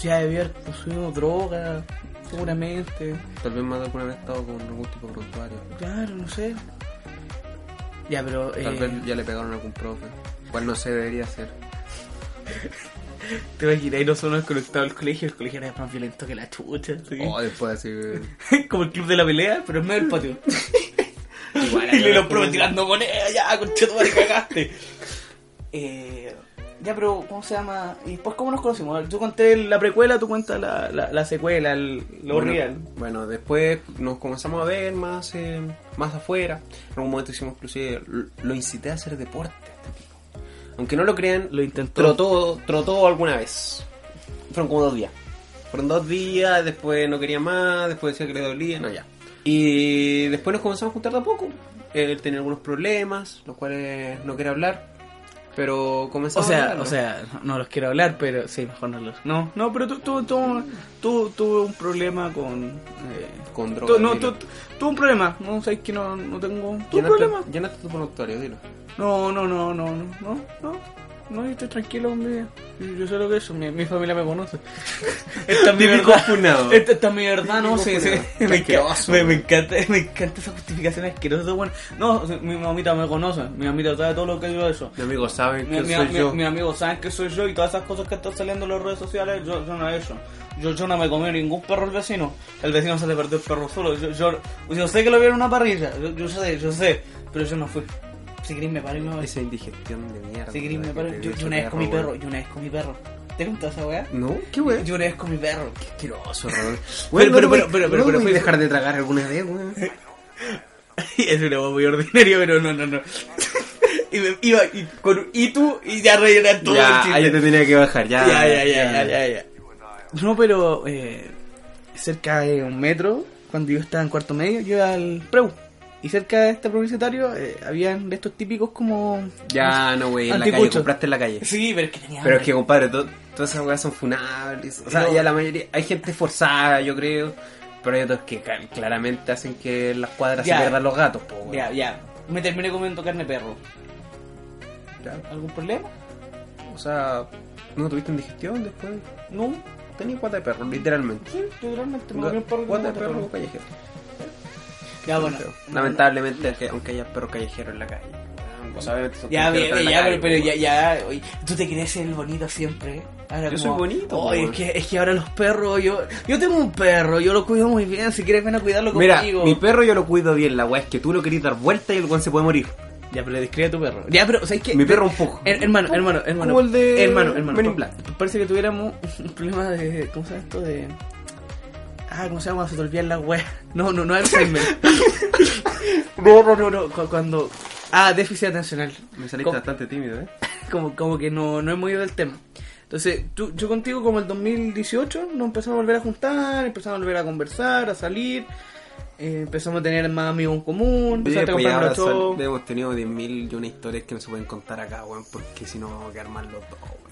Speaker 1: ya debía haber consumido droga, seguramente,
Speaker 2: Tal vez más de alguna vez he estado con algún tipo de prontuario.
Speaker 1: claro, no sé. Ya, pero...
Speaker 2: Tal
Speaker 1: eh,
Speaker 2: vez ya le pegaron a algún profe. Cual no se debería hacer.
Speaker 1: Te imaginas, y nosotros nos conectados al colegio, el colegio era más violento que la chucha, así.
Speaker 2: Oh, después así. weón.
Speaker 1: como el club de la pelea, pero en medio del patio.
Speaker 2: Igual,
Speaker 1: y le
Speaker 2: ahora
Speaker 1: los probé
Speaker 2: como-
Speaker 1: tirando monedas, ya, concheto, me cagaste. Eh, ya, pero, ¿cómo se llama? ¿Y después cómo nos conocimos? Yo conté la precuela, tú cuentas la, la, la secuela, el, lo
Speaker 2: bueno,
Speaker 1: real.
Speaker 2: Bueno, después nos comenzamos a ver más eh, más afuera. En algún momento hicimos inclusive lo- lo incité a hacer deporte a este tipo. Aunque no lo crean,
Speaker 1: Lo intentó.
Speaker 2: trotó, trotó alguna vez. Fueron como dos días. Fueron dos días, después no quería más, después decía que le dolía, no ya. Y después nos comenzamos a juntar de a poco. Él tenía algunos problemas, los cuales no quería hablar. Pero
Speaker 1: O
Speaker 2: comenzamos a
Speaker 1: sea,
Speaker 2: hablarlo.
Speaker 1: o sea, no- no los quiero hablar, pero sí, mejor no los. No, no, pero tú tuvo tú, tú, tuve un problema con. Eh,
Speaker 2: Con drogas,
Speaker 1: tú- no,
Speaker 2: dilo.
Speaker 1: tú, tuve un problema. No sabes que no, no tengo. Tuve un
Speaker 2: Llenaste-
Speaker 1: problema.
Speaker 2: Llenaste tu prontuario, dilo.
Speaker 1: No, no, no, no, no, no, no. No, yo estoy tranquilo con mi vida. Yo, yo sé lo que es, mi, mi familia me conoce. Esta es mi
Speaker 2: Típico
Speaker 1: verdad.
Speaker 2: funado.
Speaker 1: Esta, esta es mi verdad, no
Speaker 2: Típico
Speaker 1: sé.
Speaker 2: funado.
Speaker 1: sí. Me,
Speaker 2: Asqueroso.
Speaker 1: enca- me, me encanta, me encanta esa justificación asquerosa. Bueno, no, o sea, mi mamita me conoce, mi mamita sabe todo lo que yo de eso.
Speaker 2: Mis amigos saben
Speaker 1: Mi-
Speaker 2: que
Speaker 1: mi-
Speaker 2: soy
Speaker 1: mi-
Speaker 2: yo.
Speaker 1: Mis amigos saben que soy yo y todas esas cosas que están saliendo en las redes sociales, yo, yo no he hecho. Yo, yo no me comí ningún perro al vecino. El vecino se le perdió el perro solo. Yo, yo, yo sé que lo vieron en una parrilla. Yo, yo sé, yo sé. Pero yo no fui. Si queréis me paro y me voy.
Speaker 2: Esa indigestión de mierda.
Speaker 1: Si queréis me
Speaker 2: que
Speaker 1: paro.
Speaker 2: te
Speaker 1: Yo,
Speaker 2: dio
Speaker 1: yo una vez
Speaker 2: chocarro,
Speaker 1: con mi perro.
Speaker 2: weón.
Speaker 1: Yo una vez con mi perro. ¿Te contás esa weá?
Speaker 2: No, qué weón.
Speaker 1: Yo una vez con mi perro.
Speaker 2: Asqueroso, weón.
Speaker 1: Pero, pero,
Speaker 2: Weón, no
Speaker 1: pero,
Speaker 2: voy-
Speaker 1: pero,
Speaker 2: no
Speaker 1: pero, pero,
Speaker 2: voy a
Speaker 1: pero-
Speaker 2: dejar de tragar alguna vez, weón.
Speaker 1: es una weá muy ordinaria, pero no, no, no. y me iba y, con, y tú y ya rellenan todo el
Speaker 2: Ya,
Speaker 1: chiste.
Speaker 2: ahí te tenía que bajar, ya.
Speaker 1: Ya, ya, ya, ya, ya, ya. No, pero eh, cerca de un metro, cuando yo estaba en cuarto medio, yo iba al preu. Y cerca de este publicitario eh, habían de estos típicos como...
Speaker 2: Ya, no, güey, en la calle,
Speaker 1: Anticucho.
Speaker 2: compraste en la calle.
Speaker 1: Sí, pero es que tenía
Speaker 2: Pero es
Speaker 1: hambre.
Speaker 2: que, compadre, to- todas esas weas son funables. O sea,
Speaker 1: No.
Speaker 2: ya la mayoría. Hay gente forzada, yo creo. Pero hay otros que ca- claramente hacen que en las cuadras
Speaker 1: Ya.
Speaker 2: se pierdan los gatos, po, weón.
Speaker 1: Ya, ya. Me terminé comiendo carne de perro.
Speaker 2: Ya,
Speaker 1: ¿Algún problema?
Speaker 2: O sea, ¿no tuviste indigestión después?
Speaker 1: No.
Speaker 2: Tenía cuata de perro, literalmente.
Speaker 1: Sí, yo realmente me comí un perro. y
Speaker 2: Cuata
Speaker 1: me
Speaker 2: de
Speaker 1: mató
Speaker 2: perro pues,
Speaker 1: todo.
Speaker 2: callejero.
Speaker 1: Ya, bueno.
Speaker 2: Lamentablemente, aunque- aunque haya perros callejeros en la calle. O sea, obviamente son
Speaker 1: Ya, ya,
Speaker 2: callejeros, están en la
Speaker 1: ya,
Speaker 2: calle, pues,
Speaker 1: pero, pero
Speaker 2: po,
Speaker 1: ya,
Speaker 2: weón.
Speaker 1: ya, oye, tú te crees el bonito siempre. ¿eh? Ahora
Speaker 2: Yo soy bonito,
Speaker 1: "Oye,
Speaker 2: weón".
Speaker 1: es que, es que ahora los perros, yo, yo tengo un perro, yo lo cuido muy bien, si quieres ven a cuidarlo
Speaker 2: Mira,
Speaker 1: conmigo.
Speaker 2: mi perro yo lo cuido bien, la weá es que tú lo querés dar vuelta y el weón se puede morir.
Speaker 1: Ya, pero describe a tu perro. Ya, pero, ¿sabes qué?
Speaker 2: Mi perro un poco.
Speaker 1: Her- hermano, hermano, hermano.
Speaker 2: Como el de
Speaker 1: Hermano, hermano.
Speaker 2: Men in
Speaker 1: pa-
Speaker 2: Black.
Speaker 1: Parece que tuviéramos un problema de. ¿Cómo se llama esto? De. Ah, ¿cómo se llama? Se te olvidan las weas. No, no, no Alzheimer. no, no, no, no. cu- Cuando. Ah, déficit atencional.
Speaker 2: Me saliste
Speaker 1: Co-
Speaker 2: bastante tímido, eh.
Speaker 1: como, como que no, no he movido del tema. Entonces, tú- yo contigo como el 2018 nos empezamos a volver a juntar, empezamos a volver a conversar, a salir, eh, empezamos a tener más amigos en común,
Speaker 2: Oye,
Speaker 1: empezaste a
Speaker 2: pues ya
Speaker 1: comprar
Speaker 2: ahora
Speaker 1: los shows.
Speaker 2: sal- hemos tenido 10.000 y una historias que no se pueden contar acá, weón, porque si no vamos a quedar mal los dos, weón.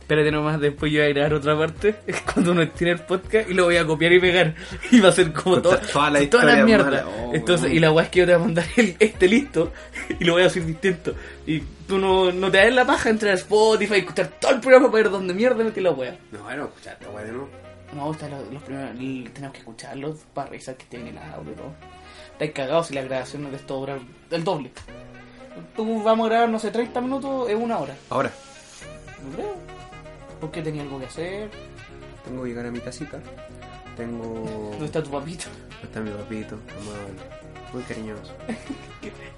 Speaker 1: Espérate nomás, después yo voy a grabar otra parte, es cuando uno tiene el podcast y lo voy a copiar y pegar. Y va a ser como
Speaker 2: Contar
Speaker 1: todo,
Speaker 2: toda la
Speaker 1: todas
Speaker 2: historia
Speaker 1: las mierdas.
Speaker 2: mala. Oh,
Speaker 1: Entonces,
Speaker 2: weón.
Speaker 1: y la weá es que yo te voy a mandar el- este listo y lo voy a hacer distinto. Y tú no, no te das la paja entrar a Spotify, escuchar todo el programa para ver dónde mierda metí la weá.
Speaker 2: No, bueno, escucha esta weá de nuevo.
Speaker 1: Me gusta los, los primeros. el- tenemos que escucharlos para revisar que tienen el audio y todo. Estáis cagados si la grabación no te esto dura el doble. Tú vamos a grabar, no sé, 30 minutos es una hora.
Speaker 2: Ahora,
Speaker 1: No creo. Porque tenía algo que hacer.
Speaker 2: tengo que llegar a mi casita. Tengo.
Speaker 1: ¿Dónde está tu papito?
Speaker 2: está mi papito, amable, muy cariñoso.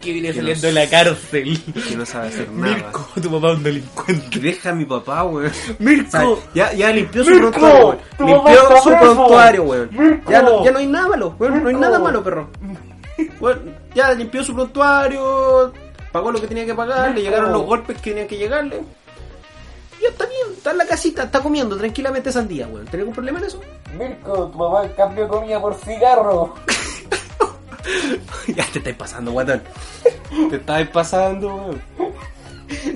Speaker 1: Que viene
Speaker 2: Que no
Speaker 1: saliendo
Speaker 2: sé.
Speaker 1: de la cárcel.
Speaker 2: Que no sabe hacer nada.
Speaker 1: Mirko, tu papá es un delincuente.
Speaker 2: Deja a mi papá, weón. O sea,
Speaker 1: Mirko.
Speaker 2: ya, ya limpió su
Speaker 1: Mirko,
Speaker 2: prontuario, weón.
Speaker 1: tu
Speaker 2: Limpió
Speaker 1: papá está
Speaker 2: su
Speaker 1: preso.
Speaker 2: prontuario, weón.
Speaker 1: Mirko.
Speaker 2: Ya no, ya no hay nada malo, weón. No hay
Speaker 1: Mirko.
Speaker 2: nada malo, perro. Weón, ya limpió su prontuario, pagó lo que tenía que pagar, le
Speaker 1: Mirko.
Speaker 2: llegaron los golpes que tenían que llegarle. Ya está bien, está en la casita, está comiendo tranquilamente sandía, weón. ¿Tenés algún problema en eso?
Speaker 3: Mirko, tu mamá cambió comida por cigarro.
Speaker 2: ya te estáis pasando, guatón. te estáis pasando, weón.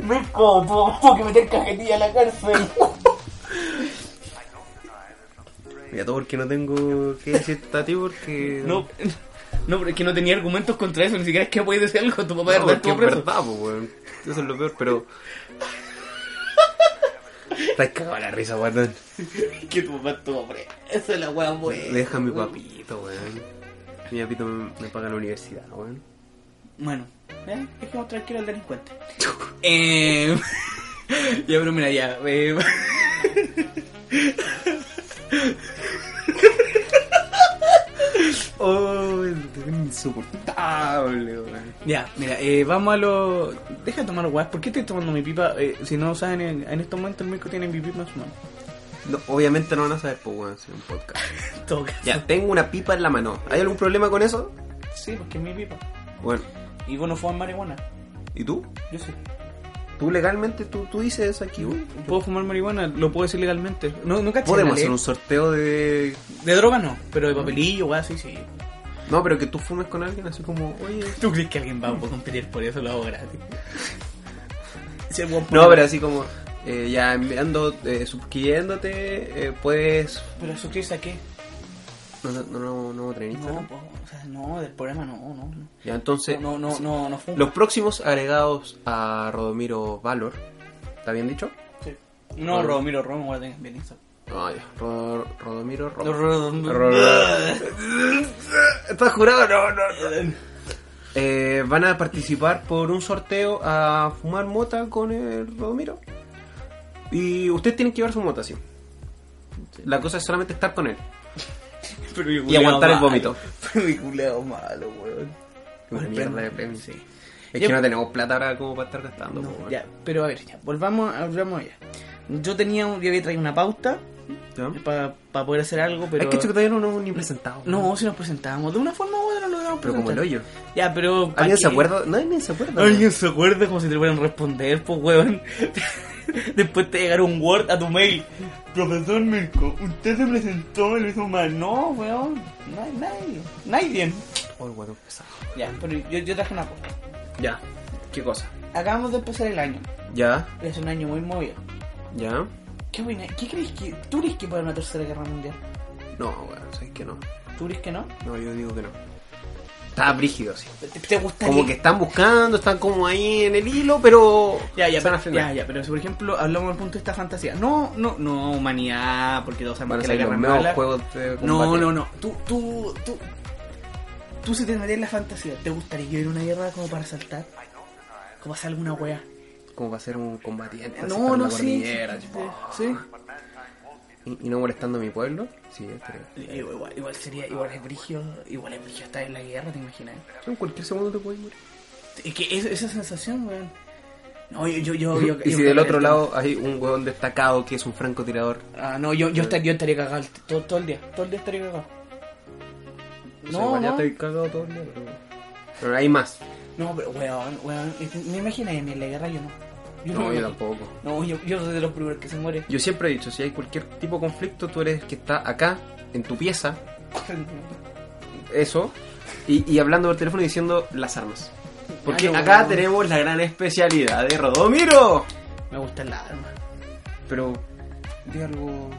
Speaker 3: Mirko, tu mamá tuvo que meter cajetilla a la cárcel.
Speaker 2: Mira, todo porque no tengo que decirte a ti porque...
Speaker 1: No, no, pero es que no tenía argumentos contra eso, ni siquiera es que podías decir algo, tu papá
Speaker 2: No,
Speaker 1: verdad
Speaker 2: porque es verdad, po, weón. Eso es lo peor, pero... Estás cagado la risa, guatón.
Speaker 1: Que tu papá estuvo preso, esa es la weá buena.
Speaker 2: Deja a mi
Speaker 1: weón.
Speaker 2: papito, weón. Mi papito me, me paga la universidad, weón.
Speaker 1: Bueno, ¿eh? dejemos tranquilo al delincuente. eh, ya, pero mira, ya. eh,
Speaker 2: Oh, es insoportable, weón.
Speaker 1: ya, mira, eh, vamos a lo. Deja de tomar weas, ¿por qué estoy tomando mi pipa? Eh, si no saben, en, en estos momentos el Mirko tiene mi pipa en su mano.
Speaker 2: No, obviamente no van a saber, pues, weón, si es un podcast.
Speaker 1: Toca.
Speaker 2: Ya, tengo una pipa en la mano. ¿Hay algún problema con eso?
Speaker 1: Sí, porque es mi pipa.
Speaker 2: Bueno,
Speaker 1: Y vos no fumas marihuana.
Speaker 2: ¿y tú?
Speaker 1: Yo sí.
Speaker 2: ¿Tú legalmente tú, tú dices aquí, weón?
Speaker 1: Puedo fumar marihuana, lo puedo decir legalmente. No, nunca caché
Speaker 2: Podemos
Speaker 1: la
Speaker 2: hacer
Speaker 1: ley.
Speaker 2: un sorteo de...
Speaker 1: De droga no, pero de papelillo, weá, sí, sí.
Speaker 2: No, pero que tú fumes con alguien así como, oye...
Speaker 1: ¿Tú crees que alguien va a competir por eso? Lo hago gratis. Si el weón
Speaker 2: No,
Speaker 1: pone-
Speaker 2: pero así como, eh, ya enviando, eh, suscribiéndote, eh, puedes...
Speaker 1: ¿Pero suscribirse a qué?
Speaker 2: No, no, no, no, tenés
Speaker 1: No,
Speaker 2: Instagram.
Speaker 1: po, o sea, no, del programa no, no, no.
Speaker 2: Ya, entonces...
Speaker 1: No, no, no, no fuma.
Speaker 2: Los próximos agregados a Rodomiro Valor, ¿está bien dicho?
Speaker 1: Sí. No, Romiro, Romo, guarda bien, bien Instagram.
Speaker 2: Ay, Ro- Rodomiro
Speaker 1: No,
Speaker 2: Ro-
Speaker 1: Romo.
Speaker 2: ¿Estás jurado? No, no, no. Eh, van a participar por un sorteo a fumar mota con el Rodomiro. Y ustedes tienen que llevar su mota, sí. La cosa es solamente estar con él.
Speaker 1: Pero mi
Speaker 2: Y aguantar el
Speaker 1: culiao
Speaker 2: vómito.
Speaker 1: malo. Pero mi culeado malo, weón. Bueno,
Speaker 2: Mierda de
Speaker 1: pero-
Speaker 2: premio.
Speaker 1: sí.
Speaker 2: Es
Speaker 1: Ya-
Speaker 2: que no tenemos plata ahora como para estar gastando.
Speaker 1: No,
Speaker 2: po, weón.
Speaker 1: ya, pero a ver, ya, volvamos, a- volvamos allá. Yo tenía, un- yo había traído una pauta
Speaker 2: ¿No?
Speaker 1: para poder hacer algo, pero...
Speaker 2: ¿Ah? Es que esto todavía no nos hemos ni presentado.
Speaker 1: No, si nos presentábamos, de una forma u otra lo logramos
Speaker 2: Pero como el
Speaker 1: presentar.
Speaker 2: hoyo.
Speaker 1: Ya, pero... ¿pa'
Speaker 2: ¿Alguien se
Speaker 1: qué?
Speaker 2: acuerda? No, alguien se acuerda. weón.
Speaker 1: Alguien se acuerda como si te lo fueran a responder, pues weón. Después te llegará un Word a tu mail. Profesor Mirko, usted se presentó y lo hizo mal. No, weón. No hay nadie. Nadie.
Speaker 2: Oh, el guatón pesado.
Speaker 1: Ya, pero yo, yo traje una cosa.
Speaker 2: Ya. ¿Qué cosa?
Speaker 1: Acabamos de empezar el año.
Speaker 2: Ya,
Speaker 1: Es un año muy movido.
Speaker 2: ya.
Speaker 1: ¿Qué opinas? ¿Qué crees que... ¿Tú crees que puede haber una tercera guerra mundial?
Speaker 2: No, weón, sabes que no.
Speaker 1: ¿Tú crees que no?
Speaker 2: No, yo digo que no. Está brígido, sí.
Speaker 1: ¿Te, te gustaría?
Speaker 2: Como que están buscando, están como ahí en el hilo, pero.
Speaker 1: Ya, ya,
Speaker 2: se van a
Speaker 1: pero,
Speaker 2: frenar.
Speaker 1: ya, ya, pero si por ejemplo hablamos del punto de esta fantasía. No, no, no, humanidad, porque todos sabemos
Speaker 2: Van a
Speaker 1: que la guerra
Speaker 2: salir los
Speaker 1: es
Speaker 2: nuevos
Speaker 1: mala.
Speaker 2: juegos de
Speaker 1: No,
Speaker 2: combate.
Speaker 1: no, no. Tú, tú, tú. Tú si te metes en la fantasía, ¿te gustaría vivir una guerra como para saltar? Como hacer alguna wea.
Speaker 2: Como va a ser un combatiente. así, por
Speaker 1: No,
Speaker 2: la
Speaker 1: no, sí.
Speaker 2: cordillera, ah.
Speaker 1: sí,
Speaker 2: así, po.
Speaker 1: Sí.
Speaker 2: Y, y no molestando a mi pueblo. Sí, este.
Speaker 1: Eh, Igual, igual sería, igual es brigio, igual es brigio estar en la guerra, ¿te imaginas?
Speaker 2: En cualquier segundo te puedes morir.
Speaker 1: Es que es- esa sensación, weón. No, yo, yo, yo, yo-
Speaker 2: y
Speaker 1: yo
Speaker 2: si del
Speaker 1: cagaría
Speaker 2: otro
Speaker 1: el-
Speaker 2: lado hay un huevón destacado que es un francotirador.
Speaker 1: Ah, no, yo, yo, estaría, yo estaría cagado todo, todo el día, todo el día estaría cagado.
Speaker 2: O sea,
Speaker 1: No,
Speaker 2: igual ya
Speaker 1: no.
Speaker 2: estoy cagado todo el día, pero- Pero hay más.
Speaker 1: No, pero weón, weón, este, me imaginas en la guerra yo no.
Speaker 2: No,
Speaker 1: me
Speaker 2: yo
Speaker 1: imagino.
Speaker 2: tampoco.
Speaker 1: No, yo, yo soy de los primeros que se muere.
Speaker 2: Yo siempre he dicho, si hay cualquier tipo de conflicto, tú eres el que está acá, en tu pieza, eso, y, y hablando por teléfono y diciendo las armas. Porque
Speaker 1: Ah, no,
Speaker 2: acá
Speaker 1: weón.
Speaker 2: tenemos la gran especialidad de Rodomiro.
Speaker 1: Me gustan las armas.
Speaker 2: Pero, di algo,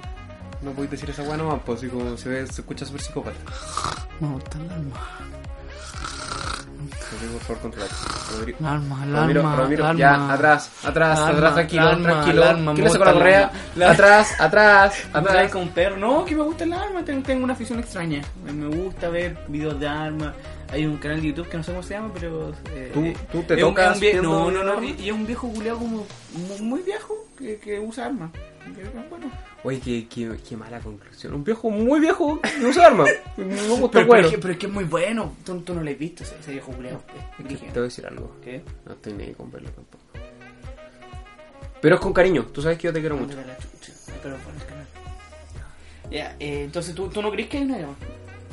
Speaker 2: no podéis decir esa guana más, pues, así como se, ve, se escucha súper psicópata.
Speaker 1: Me gustan las armas.
Speaker 2: Rodrigo, por favor, controlate. Rodrigo.
Speaker 1: Las armas, las
Speaker 2: Ramiro,
Speaker 1: armas.
Speaker 2: Ramiro,
Speaker 1: las
Speaker 2: ya,
Speaker 1: armas.
Speaker 2: atrás, atrás,
Speaker 1: Alarma,
Speaker 2: atrás, tranquilo,
Speaker 1: alarma,
Speaker 2: tranquilo.
Speaker 1: alarma,
Speaker 2: ¿Quién le
Speaker 1: me
Speaker 2: sacó la
Speaker 1: gusta
Speaker 2: correa?
Speaker 1: la-
Speaker 2: Atrás, atrás,
Speaker 1: Me trae
Speaker 2: atrás.
Speaker 1: con perro. No, que me gustan las armas. Ten- Tengo, una afición extraña. Me, me gusta ver videos de armas. Hay un canal de YouTube que no sé cómo se llama, pero. eh,
Speaker 2: ¿Tú- tú te
Speaker 1: es un-
Speaker 2: tocas
Speaker 1: es un vie-
Speaker 2: viendo
Speaker 1: No, no, no.
Speaker 2: armas?
Speaker 1: Y y es un viejo culeado como. mu- Muy viejo que, que usa armas. Que- Bueno.
Speaker 2: Oye, qué, qué, qué mala conclusión. Un viejo muy viejo que usa armas. No gusta
Speaker 1: Pero,
Speaker 2: bueno.
Speaker 1: es que, pero es que es muy bueno. Tú, tú no lo has visto, ese, ese viejo culeado. Es
Speaker 2: Te
Speaker 1: brígido.
Speaker 2: voy a decir algo.
Speaker 1: ¿Qué?
Speaker 2: No estoy ni ahí con verlo tampoco. Pero es con cariño. Tú sabes que yo te quiero mucho.
Speaker 1: Pero por el canal. Ya, eh, entonces ¿tú, tú no crees que hay una guerra.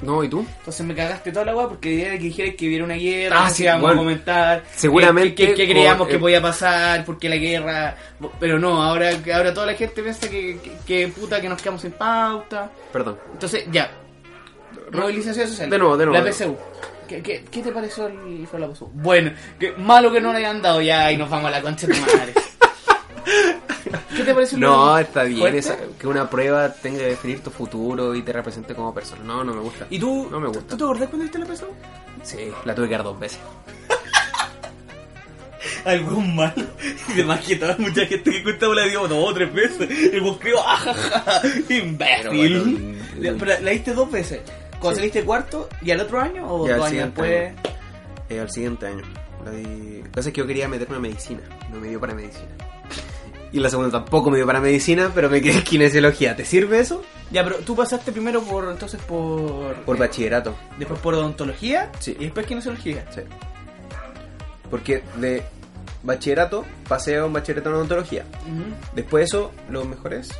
Speaker 2: No, ¿y tú?
Speaker 1: Entonces me cagaste toda la weá porque la idea de que dijeras que hubiera una guerra,
Speaker 2: Ah,
Speaker 1: que
Speaker 2: sí,
Speaker 1: íbamos
Speaker 2: bueno.
Speaker 1: a comentar,
Speaker 2: Seguramente
Speaker 1: que, que- que creíamos
Speaker 2: con-
Speaker 1: que
Speaker 2: eh,
Speaker 1: podía pasar, porque la guerra, pero no, ahora, ahora toda la gente piensa que, que, que puta que nos quedamos sin pauta.
Speaker 2: Perdón.
Speaker 1: Entonces, ya. Movilización social.
Speaker 2: De nuevo, de nuevo.
Speaker 1: La PSU. ¿Qué, qué, qué te pareció el fue la PSU? Bueno, que, malo que no le hayan dado ya y nos vamos a la concha de tu madre. ¿Qué te pareció el
Speaker 2: No,
Speaker 1: programa?
Speaker 2: está bien
Speaker 1: ¿Fuerte?
Speaker 2: esa- que una prueba tenga que definir tu futuro y te represente como persona. No, no me gusta.
Speaker 1: ¿Y tú?
Speaker 2: No me gusta.
Speaker 1: ¿Tú te acordás cuando viste la PSU?
Speaker 2: Sí, la tuve que dar dos veces.
Speaker 1: Algún malo. Y demás que toda mucha gente que contaba la dio dos o tres veces. Y vos creo, ajaja,
Speaker 2: Pero
Speaker 1: ah, imbécil.
Speaker 2: bueno,
Speaker 1: Le- Pero la diste dos veces. Cuando
Speaker 2: Sí.
Speaker 1: saliste cuarto y al otro año o
Speaker 2: Ya,
Speaker 1: dos
Speaker 2: al
Speaker 1: años
Speaker 2: siguiente
Speaker 1: después.
Speaker 2: Eh, al siguiente año. La di... Lo que pasa es que yo quería meterme a medicina. No me dio para medicina. Y la segunda tampoco me dio para medicina, pero me quedé en kinesiología. ¿Te sirve eso?
Speaker 1: Ya, pero tú pasaste primero por, entonces por...
Speaker 2: Por bachillerato.
Speaker 1: Después por odontología
Speaker 2: Sí.
Speaker 1: y después kinesiología.
Speaker 2: Sí. Porque de bachillerato pasé a un bachillerato en odontología. Después de eso, los mejores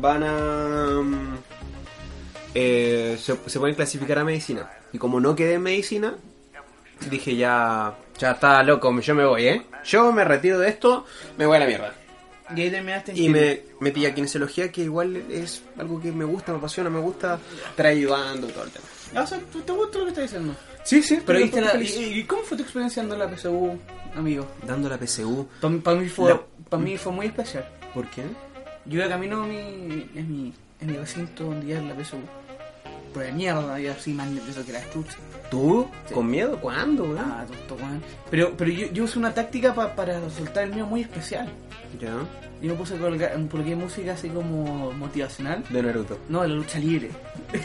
Speaker 2: van a... mm, eh, se, se pueden clasificar a medicina. Y como no quedé en medicina, dije ya... Ya está loco, yo me voy, ¿eh? Yo me retiro de esto, me voy a la mierda.
Speaker 1: Y ahí terminaste en
Speaker 2: Y
Speaker 1: quin-
Speaker 2: me metí a kinesiología, que igual es algo que me gusta, me apasiona, me gusta estar ayudando todo el tema.
Speaker 1: Ah, o sea, ¿tú- ¿te gusta lo que estás diciendo?
Speaker 2: Sí, sí,
Speaker 1: Pero viste la... ¿Y, y cómo fue tu experiencia andando en la PSU, amigo?
Speaker 2: Dando la PSU.
Speaker 1: Para mí, fue,
Speaker 2: La-
Speaker 1: pa' mí fue muy especial.
Speaker 2: ¿Por qué?
Speaker 1: Yo iba camino a mi, en, mi, en mi recinto donde ya la PSU. Por la Pues mierda, yo así más nervioso que la chucha.
Speaker 2: ¿Tú?
Speaker 1: Sí.
Speaker 2: ¿Con miedo? ¿Cuándo, weón?
Speaker 1: Ah, tonto, weón. Pero, pero yo, yo usé una táctica pa- para soltar el mío muy especial.
Speaker 2: Ya.
Speaker 1: Yo me puse a colgar, coloqué música así como motivacional.
Speaker 2: De Naruto.
Speaker 1: No, de la lucha libre.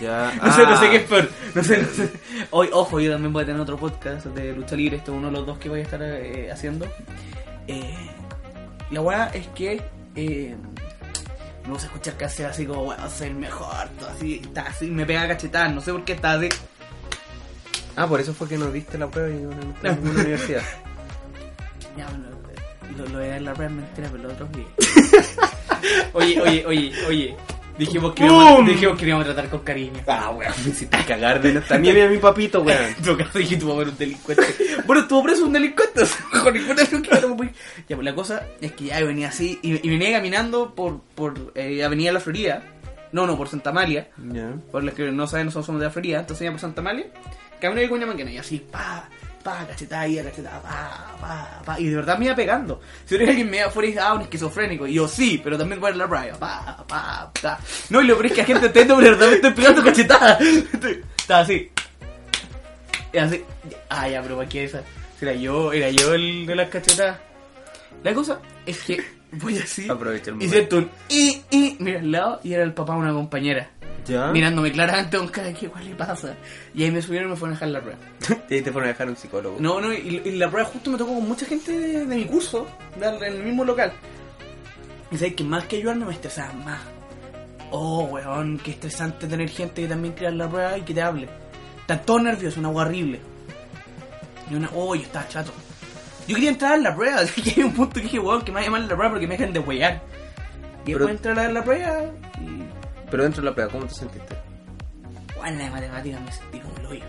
Speaker 2: Ya.
Speaker 1: No sé, no sé
Speaker 2: Ah.
Speaker 1: qué es peor. No sé, no sé. Hoy, ojo, yo también voy a tener otro podcast de lucha libre. Esto es uno de los dos que voy a estar eh, haciendo. Eh, la weá es que eh, me gusta escuchar casi así como, weón, soy el mejor. Todo así, está así, me pega cachetadas. No sé por qué está así.
Speaker 2: Ah, por eso fue que nos diste la prueba y no nos metiste en ninguna universidad.
Speaker 1: Ya, lo, lo, lo de la prueba es mentira, pero lo otro es bien. oye, oye, oye, oye. Dijimos que, íbamos,
Speaker 2: ¡Bum!
Speaker 1: dijimos que lo íbamos a tratar con cariño.
Speaker 2: Ah, weón, me hiciste cagar de nuestra También a mi papito, weón.
Speaker 1: En todo caso dije tu papá era un delincuente. Bueno, estuvo preso un delincuente. o sea, Con ninguna razón que era muy- Ya, pues la cosa es que ya venía así. Y, y venía caminando por, por eh, Avenida La Florida. No, no, por Santa María.
Speaker 2: Ya.
Speaker 1: Por los que no saben, nosotros somos de la Florida. Entonces ya por Santa María. Camino de Cuña Manquena. Y así, pa, pa, cachetada, y cachetada, pa, pa, pa. Y de verdad me iba pegando. Si hubiera alguien me iba afuera y dice, ah, un esquizofrénico. Y yo, sí, pero también voy a la playa. Pa, pa, pa. No, y lo peor es que la gente entiende, pero de verdad me estoy pegando cachetada. Estaba así. Y así, ah, ya, pero ¿para qué esa? Si Era yo, era yo el de las cachetadas. La cosa es que voy así.
Speaker 2: Aprovecha el
Speaker 1: Y
Speaker 2: momento.
Speaker 1: siento un y, y, mira al lado, y era el papá de una compañera.
Speaker 2: Ya.
Speaker 1: Mirándome claramente con cara de que, ¿cuál le pasa? Y ahí me subieron y me fueron a dejar la prueba.
Speaker 2: Y ahí te fueron a dejar un psicólogo.
Speaker 1: No, no, y, y la prueba justo me tocó con mucha gente de, de mi curso, dar en el mismo local. Y sabes que más que ayudarme me estresaban más. Oh, weón, qué estresante tener gente que también crea la prueba y que te hable. Están todos nerviosos, una agua horrible. Y una, oh, yo estaba chato. Yo quería entrar a la prueba, así que hay un punto que dije, weón, que me va a llamar la prueba porque me dejan de huear. Y
Speaker 2: Pero-
Speaker 1: después entrar a la prueba y
Speaker 2: Pero dentro de la prueba, ¿cómo te sentiste?
Speaker 1: bueno, la de matemáticas me sentí como el hoyo.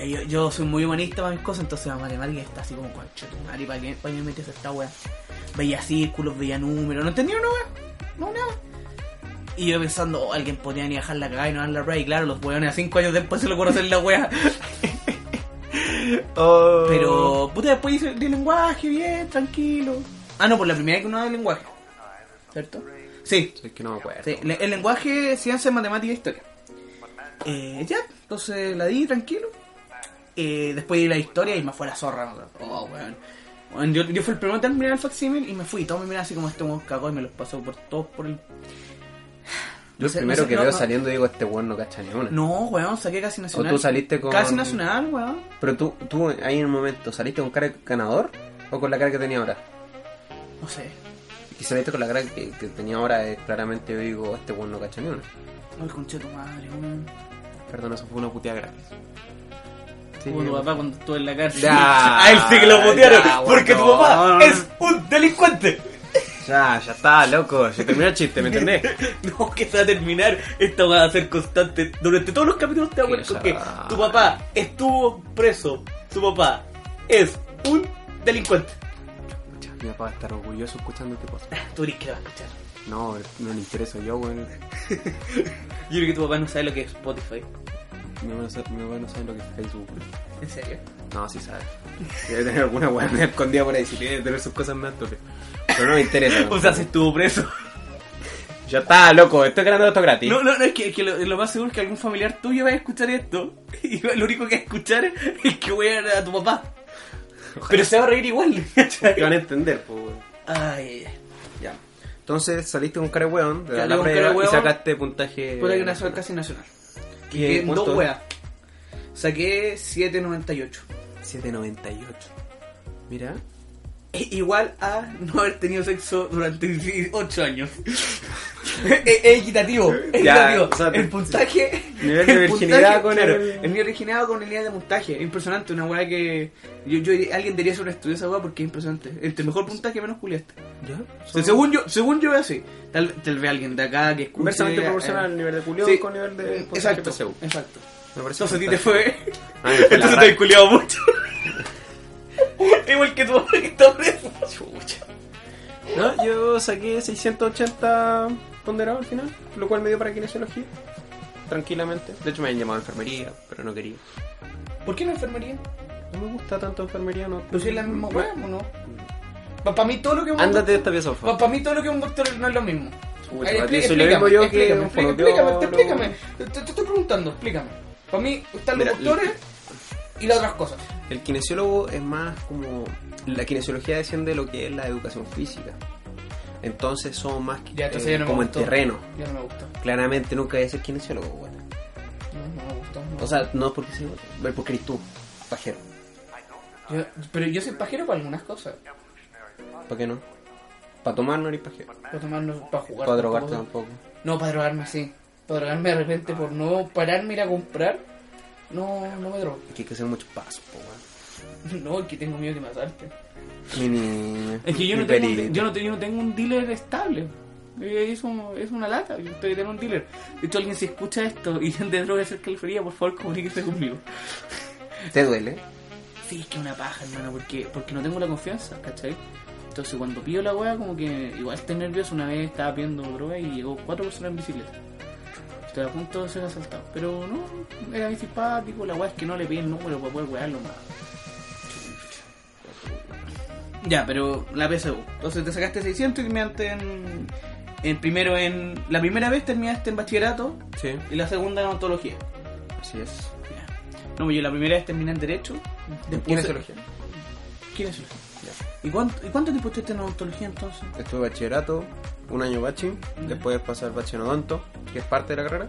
Speaker 1: Y Yo, yo soy muy humanista para mis cosas, entonces la matemática está así como concha tu madre, ¿para qué, para qué me metes a esta weá? Veía círculos, veía números, no entendía una weá, no nada. Y yo pensando, oh, alguien podría ni dejar la cagada y no dar la prueba, y claro, los weones a 5 años después se le ocurre hacer la weá. Oh. Pero, puta, después hice de lenguaje, bien, tranquilo. Ah, no, por la primera vez que uno da lenguaje, ¿cierto? Sí,
Speaker 2: Es que no me acuerdo.
Speaker 1: Sí, le- el lenguaje, ciencia, matemática e historia. Eh, ya, entonces la di tranquilo. Eh, después di la historia y me fue la zorra. ¿no? Oh, weón. Weón, yo, yo fui el primero en terminar el facsímil y me fui. Todos me miraban así como este weón cagó y me los pasó por todos por el.
Speaker 2: Yo
Speaker 1: No sé-
Speaker 2: el
Speaker 1: no
Speaker 2: primero
Speaker 1: sé-
Speaker 2: que
Speaker 1: no,
Speaker 2: veo
Speaker 1: no.
Speaker 2: saliendo digo, este weón no cacha ni una.
Speaker 1: No, weón, saqué casi nacional.
Speaker 2: tú saliste con-
Speaker 1: Casi nacional, weón.
Speaker 2: Pero tú, tú ahí en un momento, ¿saliste con cara de ganador o con la cara que tenía ahora?
Speaker 1: No sé.
Speaker 2: Y saliste con la cara que, que tenía ahora, eh, claramente yo digo, este weón no cacha ni una.
Speaker 1: Ay, conche tu madre, weón.
Speaker 2: Perdón, eso fue una puteada gratis. Sí,
Speaker 1: Como tu papá cuando estuvo en la cárcel.
Speaker 2: Ya,
Speaker 1: a él sí que lo botearon.
Speaker 2: ya,
Speaker 1: porque tu
Speaker 2: bueno.
Speaker 1: papá es un delincuente.
Speaker 2: Ya, ya está, loco. Se terminó el chiste, ¿me entendés?
Speaker 1: No, que se va a terminar. Esta va a ser constante. Durante todos los capítulos te va a poner con que
Speaker 2: Esa-
Speaker 1: tu papá estuvo preso. Tu papá es un delincuente. Ah,
Speaker 2: Pucha, Mi papá va a estar orgulloso escuchando este podcast.
Speaker 1: Tú eres que la vas a escuchar.
Speaker 2: No, no le interesa yo, weón.
Speaker 1: Yo creo que tu papá no sabe lo que es Spotify.
Speaker 2: Mi papá no sabe- mi papá no sabe lo que es Facebook, weón.
Speaker 1: ¿En serio?
Speaker 2: No, sí sabe. Debe tener alguna weá media escondida por ahí, si tiene que tener sus cosas más turbias. Pero no me interesa.
Speaker 1: O sea, se estuvo preso.
Speaker 2: Ya está, loco, estoy ganando esto gratis.
Speaker 1: No, no, no, es que, es que lo, lo más seguro es que algún familiar tuyo va a escuchar esto. Y lo único que va a escuchar es que voy a, ver a tu papá. Pero se va a reír igual.
Speaker 2: Que van a entender, pues, weón.
Speaker 1: Ay, ay, ay.
Speaker 2: Ya. Entonces saliste con cara de weón, de la,
Speaker 1: Salí con
Speaker 2: prueba
Speaker 1: cara de
Speaker 2: y
Speaker 1: weón.
Speaker 2: sacaste puntaje.
Speaker 1: Puta que nació casi nacional.
Speaker 2: ¿Qué?
Speaker 1: Que en dos
Speaker 2: ¿Cuánto?
Speaker 1: weas. Saqué 7.98.
Speaker 2: 798. Mira.
Speaker 1: Es igual a no haber tenido sexo durante 18 años. es, es equitativo. es
Speaker 2: Ya,
Speaker 1: equitativo.
Speaker 2: o sea,
Speaker 1: el puntaje.
Speaker 2: nivel de
Speaker 1: el
Speaker 2: virginidad con
Speaker 1: claro,
Speaker 2: el-
Speaker 1: nivel de virginidad con el nivel de puntaje. Es impresionante. Una weá que. Yo, yo, alguien debería hacer un estudio de esa weá porque es impresionante. Entre mejor puntaje, menos culiaste.
Speaker 2: ¿Ya?
Speaker 1: O sea, según yo, según yo es así. Tal, tal vez alguien de acá que escuche.
Speaker 2: Inversamente
Speaker 1: eh,
Speaker 2: proporcional al nivel de culión
Speaker 1: sí. Eh,
Speaker 2: con nivel de puntaje
Speaker 1: Exacto.
Speaker 2: PSU.
Speaker 1: Exacto.
Speaker 2: Me parece
Speaker 1: Entonces a ti te
Speaker 2: fantástico.
Speaker 1: fue.
Speaker 2: Ah, me fue la
Speaker 1: Entonces te
Speaker 2: raja.
Speaker 1: has culiado mucho. Igual que tu papá que está preso.
Speaker 2: No, yo saqué 680 ponderado al final, lo cual me dio para kinesiología. Tranquilamente. De hecho, me habían llamado a enfermería, pero no quería.
Speaker 1: ¿Por qué no enfermería?
Speaker 2: No me gusta tanto enfermería, no.
Speaker 1: Pero si es la misma weá, ¿o no? Para mí todo lo que es un
Speaker 2: Ándate de esta pieza, por favor.
Speaker 1: Para mí todo lo que es un doctor no es lo mismo.
Speaker 2: Uy,
Speaker 1: Ay,
Speaker 2: Mati,
Speaker 1: expli-
Speaker 2: soy lo mismo
Speaker 1: explícame,
Speaker 2: yo que
Speaker 1: explícame,
Speaker 2: un
Speaker 1: explícame,
Speaker 2: fonoaudiólogo.
Speaker 1: explícame, explícame. Te, te- te estoy preguntando, explícame. Para mí están los
Speaker 2: Mira,
Speaker 1: doctores y las otras cosas.
Speaker 2: El kinesiólogo es más como. La kinesiología desciende de lo que es la educación física. Entonces son más
Speaker 1: Ya, entonces
Speaker 2: eh,
Speaker 1: ya no me
Speaker 2: como en
Speaker 1: gustó.
Speaker 2: terreno.
Speaker 1: Ya no me gustó.
Speaker 2: Claramente nunca voy a ser kinesiólogo, weón.
Speaker 1: No, no me gustó. no.
Speaker 2: O sea, no es porque sea, es porque eres tú, pajero.
Speaker 1: Yo- pero yo soy pajero para algunas cosas.
Speaker 2: ¿Para qué no? Para tomar no eres pajero.
Speaker 1: Para tomarnos, para jugar.
Speaker 2: Para drogarte
Speaker 1: tampoco.
Speaker 2: tampoco.
Speaker 1: No, para drogarme, sí. Para drogarme de repente por no pararme ir a comprar. No, no me drogo.
Speaker 2: Aquí hay que hacer muchos pasos, po, weón.
Speaker 1: No, es que tengo miedo que me asalte.
Speaker 2: Mi niña.
Speaker 1: Es que yo
Speaker 2: mi
Speaker 1: no, tengo,
Speaker 2: perita.
Speaker 1: un- yo, no, te- yo no tengo un dealer estable. Eh, Es, un- es una lata. Yo estoy tener un dealer. De hecho, alguien si escucha esto y de droga cerca del frío, por favor, comuníquese conmigo.
Speaker 2: ¿Te duele?
Speaker 1: Sí, es que es una paja, hermano, porque, porque no tengo la confianza, ¿cachai? Entonces, cuando pido la weá, como que igual estoy nervioso. Una vez estaba pidiendo droga y llegó cuatro personas en bicicleta. Estoy a punto de ser asaltado. Pero no, era bien simpático. La weá es que no le pedí el número para poder wearlo más. Ya, pero la PSU. Entonces te sacaste 600 y terminaste en, en primero en... La primera vez terminaste en bachillerato
Speaker 2: Sí,
Speaker 1: y la segunda en ontología.
Speaker 2: así es.
Speaker 1: Ya. No, yo la primera vez terminé en derecho. después-
Speaker 2: Kinesiología.
Speaker 1: Kinesiología. ¿Y cuánto, ¿Y cuánto tiempo estuviste en odontología entonces?
Speaker 2: Estuve bachillerato, un año bachi, después pasé al bachenodonto, que es parte de la carrera,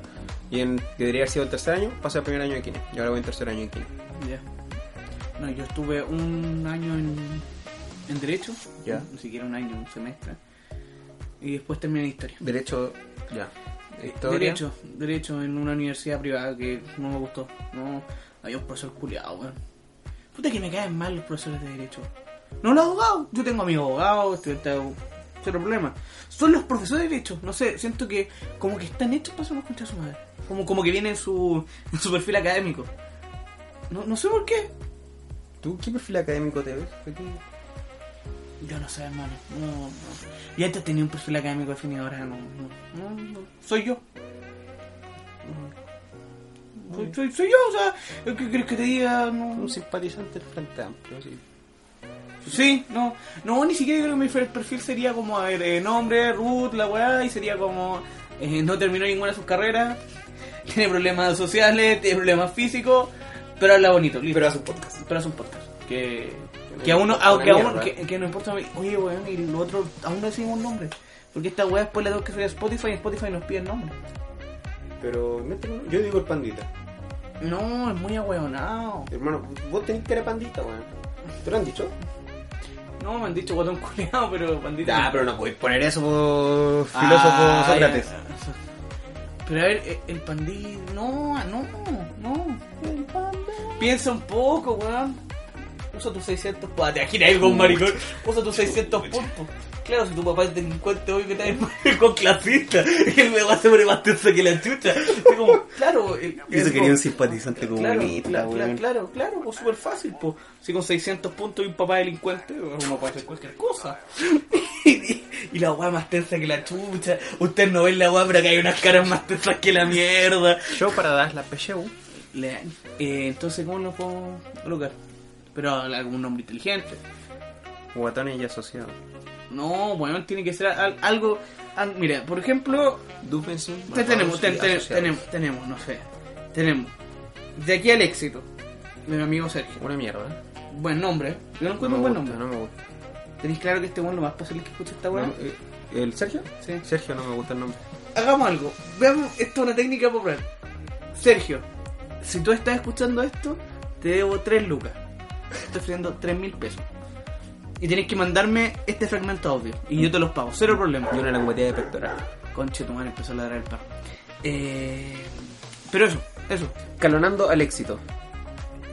Speaker 2: y en, que debería haber sido el tercer año, pasé al primer año de kine, y ahora voy en tercer año de kine.
Speaker 1: Ya. No, yo estuve un año en, en derecho.
Speaker 2: Ya.
Speaker 1: Ni siquiera un año, un semestre. Y después terminé en historia.
Speaker 2: Derecho, ya. Historia.
Speaker 1: Derecho, derecho en una universidad privada que no me gustó. No, había un profesor culiado, weón. Puta que me caen mal los profesores de derecho. No los abogados, yo tengo amigos abogados, estudiantes de abog- cero problema. Son los profesores de derecho, no sé, siento que como que están hechos para ser unos conchas de su madre. Como, como que viene en su, en su perfil académico. No, no sé por qué.
Speaker 2: ¿Tú qué perfil académico te ves? Aquí?
Speaker 1: Yo no sé, hermano. No, no. Y antes tenía un perfil académico definido, ahora no. no, no, no. Soy yo. Soy, soy- soy yo, o sea, ¿qué crees que te diga? No,
Speaker 2: Un simpatizante del Frente Amplio, sí.
Speaker 1: sí, no, no, ni siquiera yo creo que mi fer- perfil sería como, a ver, eh, nombre, Ruth, la weá, y sería como, eh, no terminó ninguna de sus carreras, tiene problemas sociales, tiene problemas físicos, pero habla bonito, listo.
Speaker 2: Pero hace un podcast.
Speaker 1: Pero hace un podcast. Que,
Speaker 2: Que
Speaker 1: que a
Speaker 2: no
Speaker 1: uno,
Speaker 2: importa
Speaker 1: a,
Speaker 2: una
Speaker 1: que, a uno
Speaker 2: mierda.
Speaker 1: que, que no importa, oye weón, y lo otro, aún no decimos un nombre. Porque esta weá después la tengo que subir a Spotify y Spotify nos pide el nombre.
Speaker 2: Pero no tengo- yo digo el pandita.
Speaker 1: No, es muy ahueonado.
Speaker 2: Hermano, vos tenés cara de pandita, weón. ¿Te lo han dicho?
Speaker 1: No, me han dicho guatón culeado, pero bandita.
Speaker 2: Ah, pero no podéis poner eso, po,
Speaker 1: Ah,
Speaker 2: filósofo
Speaker 1: ya,
Speaker 2: Sócrates.
Speaker 1: ya, so- Pero a ver, eh, el pandí. No, no, no. Piensa un poco, weón. usa tus 600 puntos. Ah, te imaginas algo un maricón. Usa tus 600 puntos. Claro, si tu papá es delincuente, obvio que te va a ir con clasista. Y el weón se pone más tenso que la chucha. Es como, claro. el-
Speaker 4: Y eso
Speaker 1: es
Speaker 4: quería
Speaker 1: como-
Speaker 4: un simpatizante
Speaker 1: Claro,
Speaker 4: comunista,
Speaker 1: cla- cla-
Speaker 4: weón.
Speaker 1: claro, claro, pues súper fácil, pues. Si con 600 puntos y un papá delincuente, uno puede hacer cualquier cosa. y, y- y la weá más tensa que la chucha. Usted no ve la weá, pero que hay unas caras más tensas que la mierda.
Speaker 2: Yo para dar la PSU.
Speaker 1: Le- eh, entonces, ¿cómo lo puedo colocar? Pero algún nombre inteligente.
Speaker 2: Guatones y asociados.
Speaker 1: No, bueno, tiene que ser al- algo... al- mira, por ejemplo,
Speaker 2: Dupensin.
Speaker 1: te- tenemos, ten- ten- tenemos, tenemos, no sé. Tenemos. De aquí al éxito. De mi amigo Sergio.
Speaker 2: Una mierda. ¿eh?
Speaker 1: Buen nombre. Yo no encuentro
Speaker 2: No
Speaker 1: un
Speaker 2: me
Speaker 1: buen nombre.
Speaker 2: gusta, no me gusta.
Speaker 1: ¿Tenéis claro que este bueno lo más posible es que escuche esta weá?
Speaker 2: No, eh, ¿El Sergio?
Speaker 1: Sí.
Speaker 2: Sergio no me gusta el nombre.
Speaker 1: Hagamos algo. Veamos, esto es una técnica popular. Sergio, si tú estás escuchando esto, te debo 3 lucas. Estoy ofreciendo 3 mil pesos. Y tienes que mandarme este fragmento audio. Y yo te los pago, cero problema.
Speaker 2: Y una languetea de pectoral.
Speaker 1: Conche, tu madre empezó a ladrar el perro. Eh, pero eso, eso.
Speaker 2: Calonando al éxito.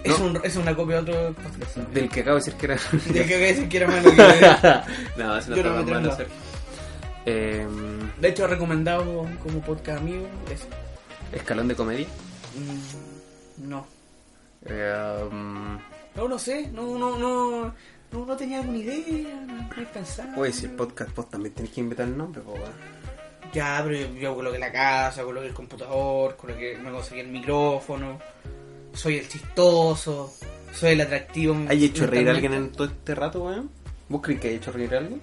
Speaker 1: Es, un- es una copia de otro podcast. ¿no?
Speaker 2: Del que acabo de decir que era.
Speaker 1: Del que decir que era malo. que-
Speaker 2: no, eso no
Speaker 1: Yo no me
Speaker 2: está tan malo,
Speaker 1: traigo.
Speaker 2: Sergio. Eh,
Speaker 1: De hecho, recomendado como podcast amigo. ese.
Speaker 2: escalón de comedia.
Speaker 1: Mm, no.
Speaker 2: Eh, um,
Speaker 1: No, no sé, no, no, no, no, no tenía alguna idea, no no pensaba.
Speaker 4: Oye, si el podcast vos también tenés que inventar el nombre, po, weón.
Speaker 1: Ya, pero yo, yo coloqué la casa, coloqué el computador, coloqué, me conseguí el micrófono, soy el chistoso, soy el atractivo.
Speaker 4: ¿Hay hecho reír a alguien
Speaker 1: mentalmente.
Speaker 4: en todo este rato, weón? ¿Vos crees que hay hecho reír a alguien?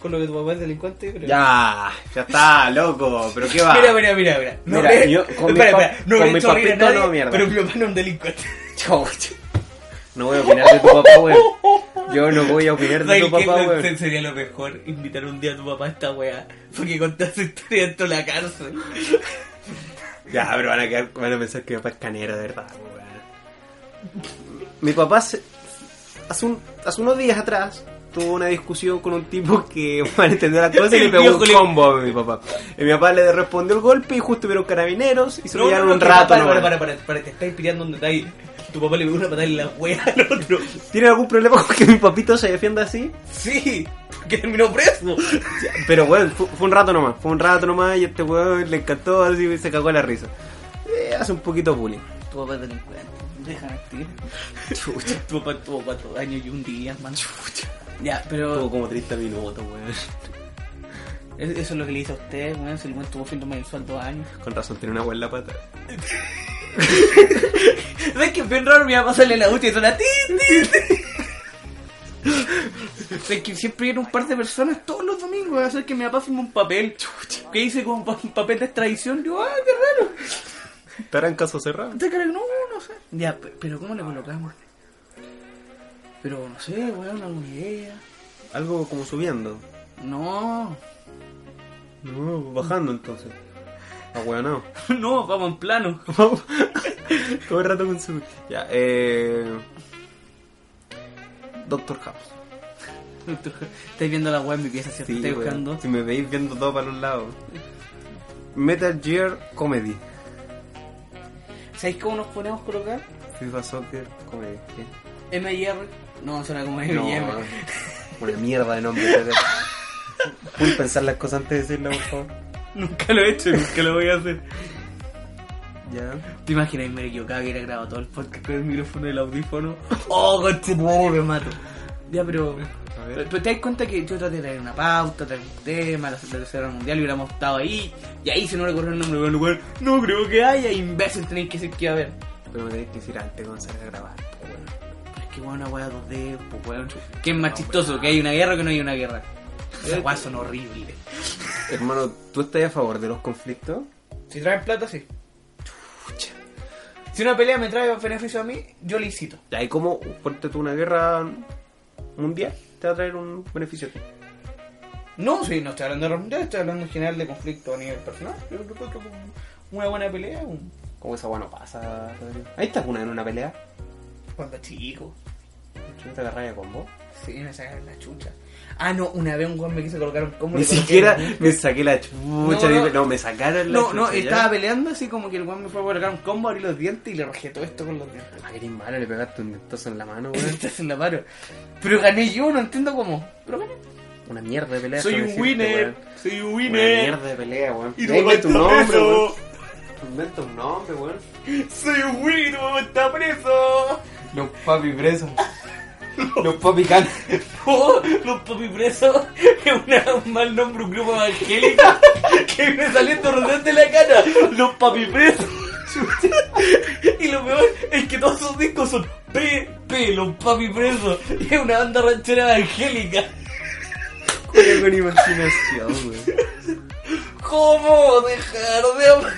Speaker 1: Con lo que tu papá es delincuente, pero...
Speaker 4: Ya, ya está, loco, pero qué va.
Speaker 1: Mira, mira, mira, mira. No
Speaker 4: Mira,
Speaker 1: habré-
Speaker 4: yo con mi
Speaker 1: espera,
Speaker 4: pap-
Speaker 1: espera, no
Speaker 4: con
Speaker 1: habré
Speaker 4: mi
Speaker 1: hecho reír a
Speaker 4: papito
Speaker 1: nadie,
Speaker 4: no, mierda.
Speaker 1: Pero mi papá no es un delincuente.
Speaker 4: Chau, chau. No voy a opinar de tu papá, weón. Yo no voy a opinar de
Speaker 1: ¿Sabes
Speaker 4: tu
Speaker 1: qué?
Speaker 4: papá,
Speaker 1: No,
Speaker 4: weón.
Speaker 1: Sería lo mejor invitar un día a tu papá a esta weá. Porque contar su historia dentro de la cárcel.
Speaker 4: Ya, pero van a, quedar- van a pensar que mi papá es canero, de verdad, weón. Mi papá se-
Speaker 2: hace, un- hace unos días atrás tuvo una discusión con un tipo que para entender las cosas y
Speaker 1: El
Speaker 2: le pegó
Speaker 1: viejo
Speaker 2: un
Speaker 1: le-
Speaker 2: combo a mi papá. Y mi papá le respondió el golpe y justo vieron carabineros y se lo
Speaker 1: No, no,
Speaker 2: llevaron
Speaker 1: no,
Speaker 2: un
Speaker 1: que
Speaker 2: rato.
Speaker 1: Para, para, para,
Speaker 2: nomás.
Speaker 1: para, para, te estás inspirando un detalle. Tu papá le pegó una patada en la wea al otro.
Speaker 2: ¿Tiene algún problema con que mi papito se defienda así?
Speaker 1: Sí, porque terminó preso.
Speaker 2: Pero bueno, fue, fue un rato nomás, fue un rato nomás y este weón le encantó así y se cagó la risa. Eh, hace un poquito bullying.
Speaker 1: Tu papá es delincuente. Déjame activar. Tu papá tuvo cuatro años y un día, man. Ya,
Speaker 4: tuvo
Speaker 1: pero
Speaker 4: como 30 minutos, weón.
Speaker 1: es- eso es lo que le hice a usted, weón. Si el buen tuvo síndrome mensual dos años.
Speaker 2: Con razón, tiene una buena pata.
Speaker 1: ¿Sabes que es bien raro? Me iba a pasarle la última y suena ti, ti, ti. ¿Sabes que siempre viene un par de personas todos los domingos a hacer que mi papá firme un papel? ¿Qué hice con un pa- un papel de extradición? Yo, ah, qué raro.
Speaker 2: Estará en caso cerrado.
Speaker 1: Te creo que no, no sé. Ya, pe- pero ¿cómo le colocamos? Pero no sé, weón, alguna idea.
Speaker 4: Algo como subiendo.
Speaker 1: No,
Speaker 4: No, bajando entonces.
Speaker 2: Ah, weón, no.
Speaker 1: no, vamos en plano.
Speaker 2: Todo el rato con su. Ya, eh. Doctor House.
Speaker 1: Estáis viendo la web en mi pieza, ¿cierto? Estáis
Speaker 2: weón.
Speaker 1: buscando.
Speaker 2: Si me veis viendo todo para los lados. Metal Gear Comedy.
Speaker 1: ¿Sabéis cómo nos podemos colocar?
Speaker 2: FIFA Soccer Comedy. ¿Qué?
Speaker 1: MIR. No, suena como MIR.
Speaker 2: Una mierda de nombre. Peter. Puedes pensar las cosas antes de decirlo, por favor.
Speaker 1: Nunca lo he hecho, nunca lo voy a hacer.
Speaker 2: Ya.
Speaker 1: ¿Te imaginas? Me equivocaba que era grabado todo el podcast con el micrófono del audífono. ¡Oh, con tu madre, me mato! Ya, pero...
Speaker 2: A ver.
Speaker 1: Pero te das cuenta que yo traté de traer una pauta, traer un tema, la la tercera guerra mundial, y hubiéramos estado ahí, y ahí se nos recorrió el nombre, bueno, weón, no creo que haya, imbécil tenéis que decir que va a haber.
Speaker 2: Pero me tenéis que decir antes de comenzar a grabar. po, weón.
Speaker 1: Pero es que weón, una weá 2D, pues weón, ¿qué es más chistoso? ¿Que hay una guerra o que no hay una guerra? Esas weas son horribles.
Speaker 2: Hermano, ¿tú estás a favor de los conflictos?
Speaker 1: Si traen plata, sí. Si una pelea me trae beneficio a mí, yo licito.
Speaker 2: Ya, ¿y cómo ponte tú una guerra mundial? Te va a traer un beneficio. a ti.
Speaker 1: No, sí, no estoy hablando de guerra mundial, estoy hablando en general de conflicto a nivel personal. Yo creo que una buena pelea, un...
Speaker 2: ¿Cómo esa weá no pasa, Rodrigo? ¿Ahí estás una en una pelea?
Speaker 1: cuando chico.
Speaker 2: ¿Tú no te agarras a combo?
Speaker 1: Sí, me sacaron la chucha. Ah, no, una vez un weón me quiso colocar un combo.
Speaker 2: Ni
Speaker 1: le coloqué
Speaker 2: siquiera
Speaker 1: la-
Speaker 2: me saqué la chucha.
Speaker 1: No, no.
Speaker 2: dime- No, me sacaron la
Speaker 1: No,
Speaker 2: chucha.
Speaker 1: no,
Speaker 2: ya.
Speaker 1: estaba peleando así como que el weón me fue a colocar un combo, abrí los dientes y le rojé todo esto con los dientes.
Speaker 2: Ah, que eres malo, le pegaste un dentazo en la mano, weón.
Speaker 1: Estás en la paro. Pero gané yo, no entiendo cómo. Pero gané.
Speaker 2: Una mierda de pelea.
Speaker 1: Soy
Speaker 2: déjame
Speaker 1: un
Speaker 2: decirte,
Speaker 1: winner.
Speaker 2: weón.
Speaker 1: Soy un
Speaker 2: Una
Speaker 1: winner.
Speaker 2: mierda de pelea, weón.
Speaker 1: Y
Speaker 2: Y
Speaker 1: tu
Speaker 2: tu
Speaker 1: papá
Speaker 2: tu
Speaker 1: está
Speaker 2: nombre,
Speaker 1: preso.
Speaker 2: weón. Inventa un nombre, weón.
Speaker 1: Soy un winner y tu papá está preso.
Speaker 2: Los papi presos. Los papi can.
Speaker 1: Oh, los papi presos es una- un mal nombre, un grupo evangélico que viene saliendo rodeando de la cara. Los papi presos. Y lo peor es que todos sus discos son PP, los papi presos. Y es una banda ranchera evangélica.
Speaker 2: Juega con imaginación, weón.
Speaker 1: ¿Cómo dejar de amar?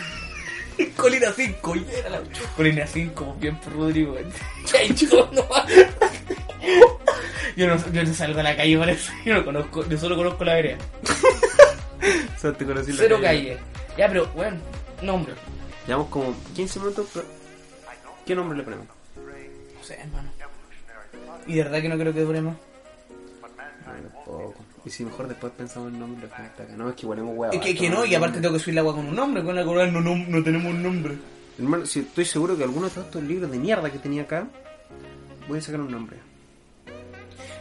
Speaker 1: Colina 5, y era la Colina 5, bien por Rodrigo. Chay, chico, no va. Yo no, yo no salgo a la calle para eso. Yo no conozco, yo solo conozco la vereda.
Speaker 2: Solo te conocí la
Speaker 1: Cero calle. Ya, pero, bueno, nombre.
Speaker 2: Llevamos como 15 minutos, pero... ¿Qué nombre le ponemos?
Speaker 1: No sé, hermano. Y de verdad que no creo que dure más.
Speaker 2: Bueno, poco. Y si mejor después pensamos en nombre, lo dejamos hasta acá. No, es que igual hemos hueá.
Speaker 1: Es que, que no, y aparte tengo que subir la agua con un nombre. Con la corona no, no, no tenemos un nombre.
Speaker 2: Hermano, si estoy seguro que alguno de todos estos libros de mierda que tenía acá, voy a sacar un nombre.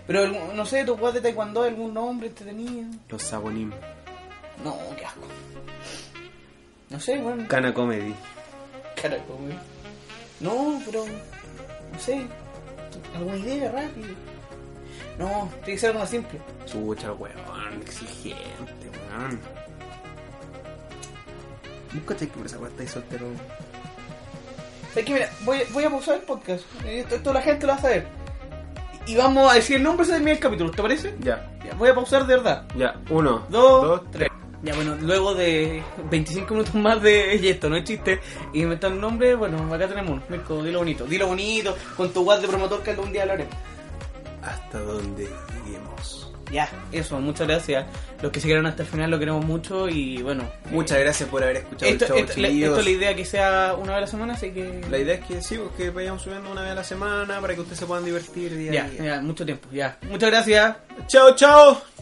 Speaker 1: Pero, algún- no sé, tu jugaste de taekwondo, algún nombre te tenía.
Speaker 2: Los Sabonim.
Speaker 1: No, qué asco. No sé, bueno.
Speaker 2: Cana Comedy.
Speaker 1: Caracol, güey. No, pero. No sé. Alguna idea rápido. No, tiene que ser algo más simple.
Speaker 2: Chucha, weón, exigente, weón. Búscate que por esa weá estáis soltero.
Speaker 1: ¿Sabes qué? Mira, voy, voy a pausar el podcast. Esto, esto la gente lo va a saber. Y vamos a decir el nombre se termina el capítulo, ¿te parece?
Speaker 2: Ya,
Speaker 1: Ya, voy a pausar de verdad.
Speaker 2: ya, uno,
Speaker 1: Dos,
Speaker 2: tres.
Speaker 1: Ya, bueno, luego de 25 minutos más de y esto, no es chiste, y inventar un nombre, bueno, acá tenemos uno. Mirko, dilo bonito. Dilo bonito, con tu guard de promotor que algún día hablaremos.
Speaker 2: Hasta donde lleguemos.
Speaker 1: Ya, eso, muchas gracias. Los que se quedaron hasta el final lo queremos mucho y bueno,
Speaker 2: Muchas gracias por haber escuchado
Speaker 1: Esto,
Speaker 2: el show,
Speaker 1: esto- la-
Speaker 2: chiquillos.
Speaker 1: esto es la idea que sea una vez a la semana, así que.
Speaker 2: La idea es que sí, pues, que vayamos subiendo una vez a la semana para que ustedes se puedan divertir día a
Speaker 1: Ya,
Speaker 2: día.
Speaker 1: ya, mucho tiempo, ya. Muchas gracias.
Speaker 2: Chao, chao.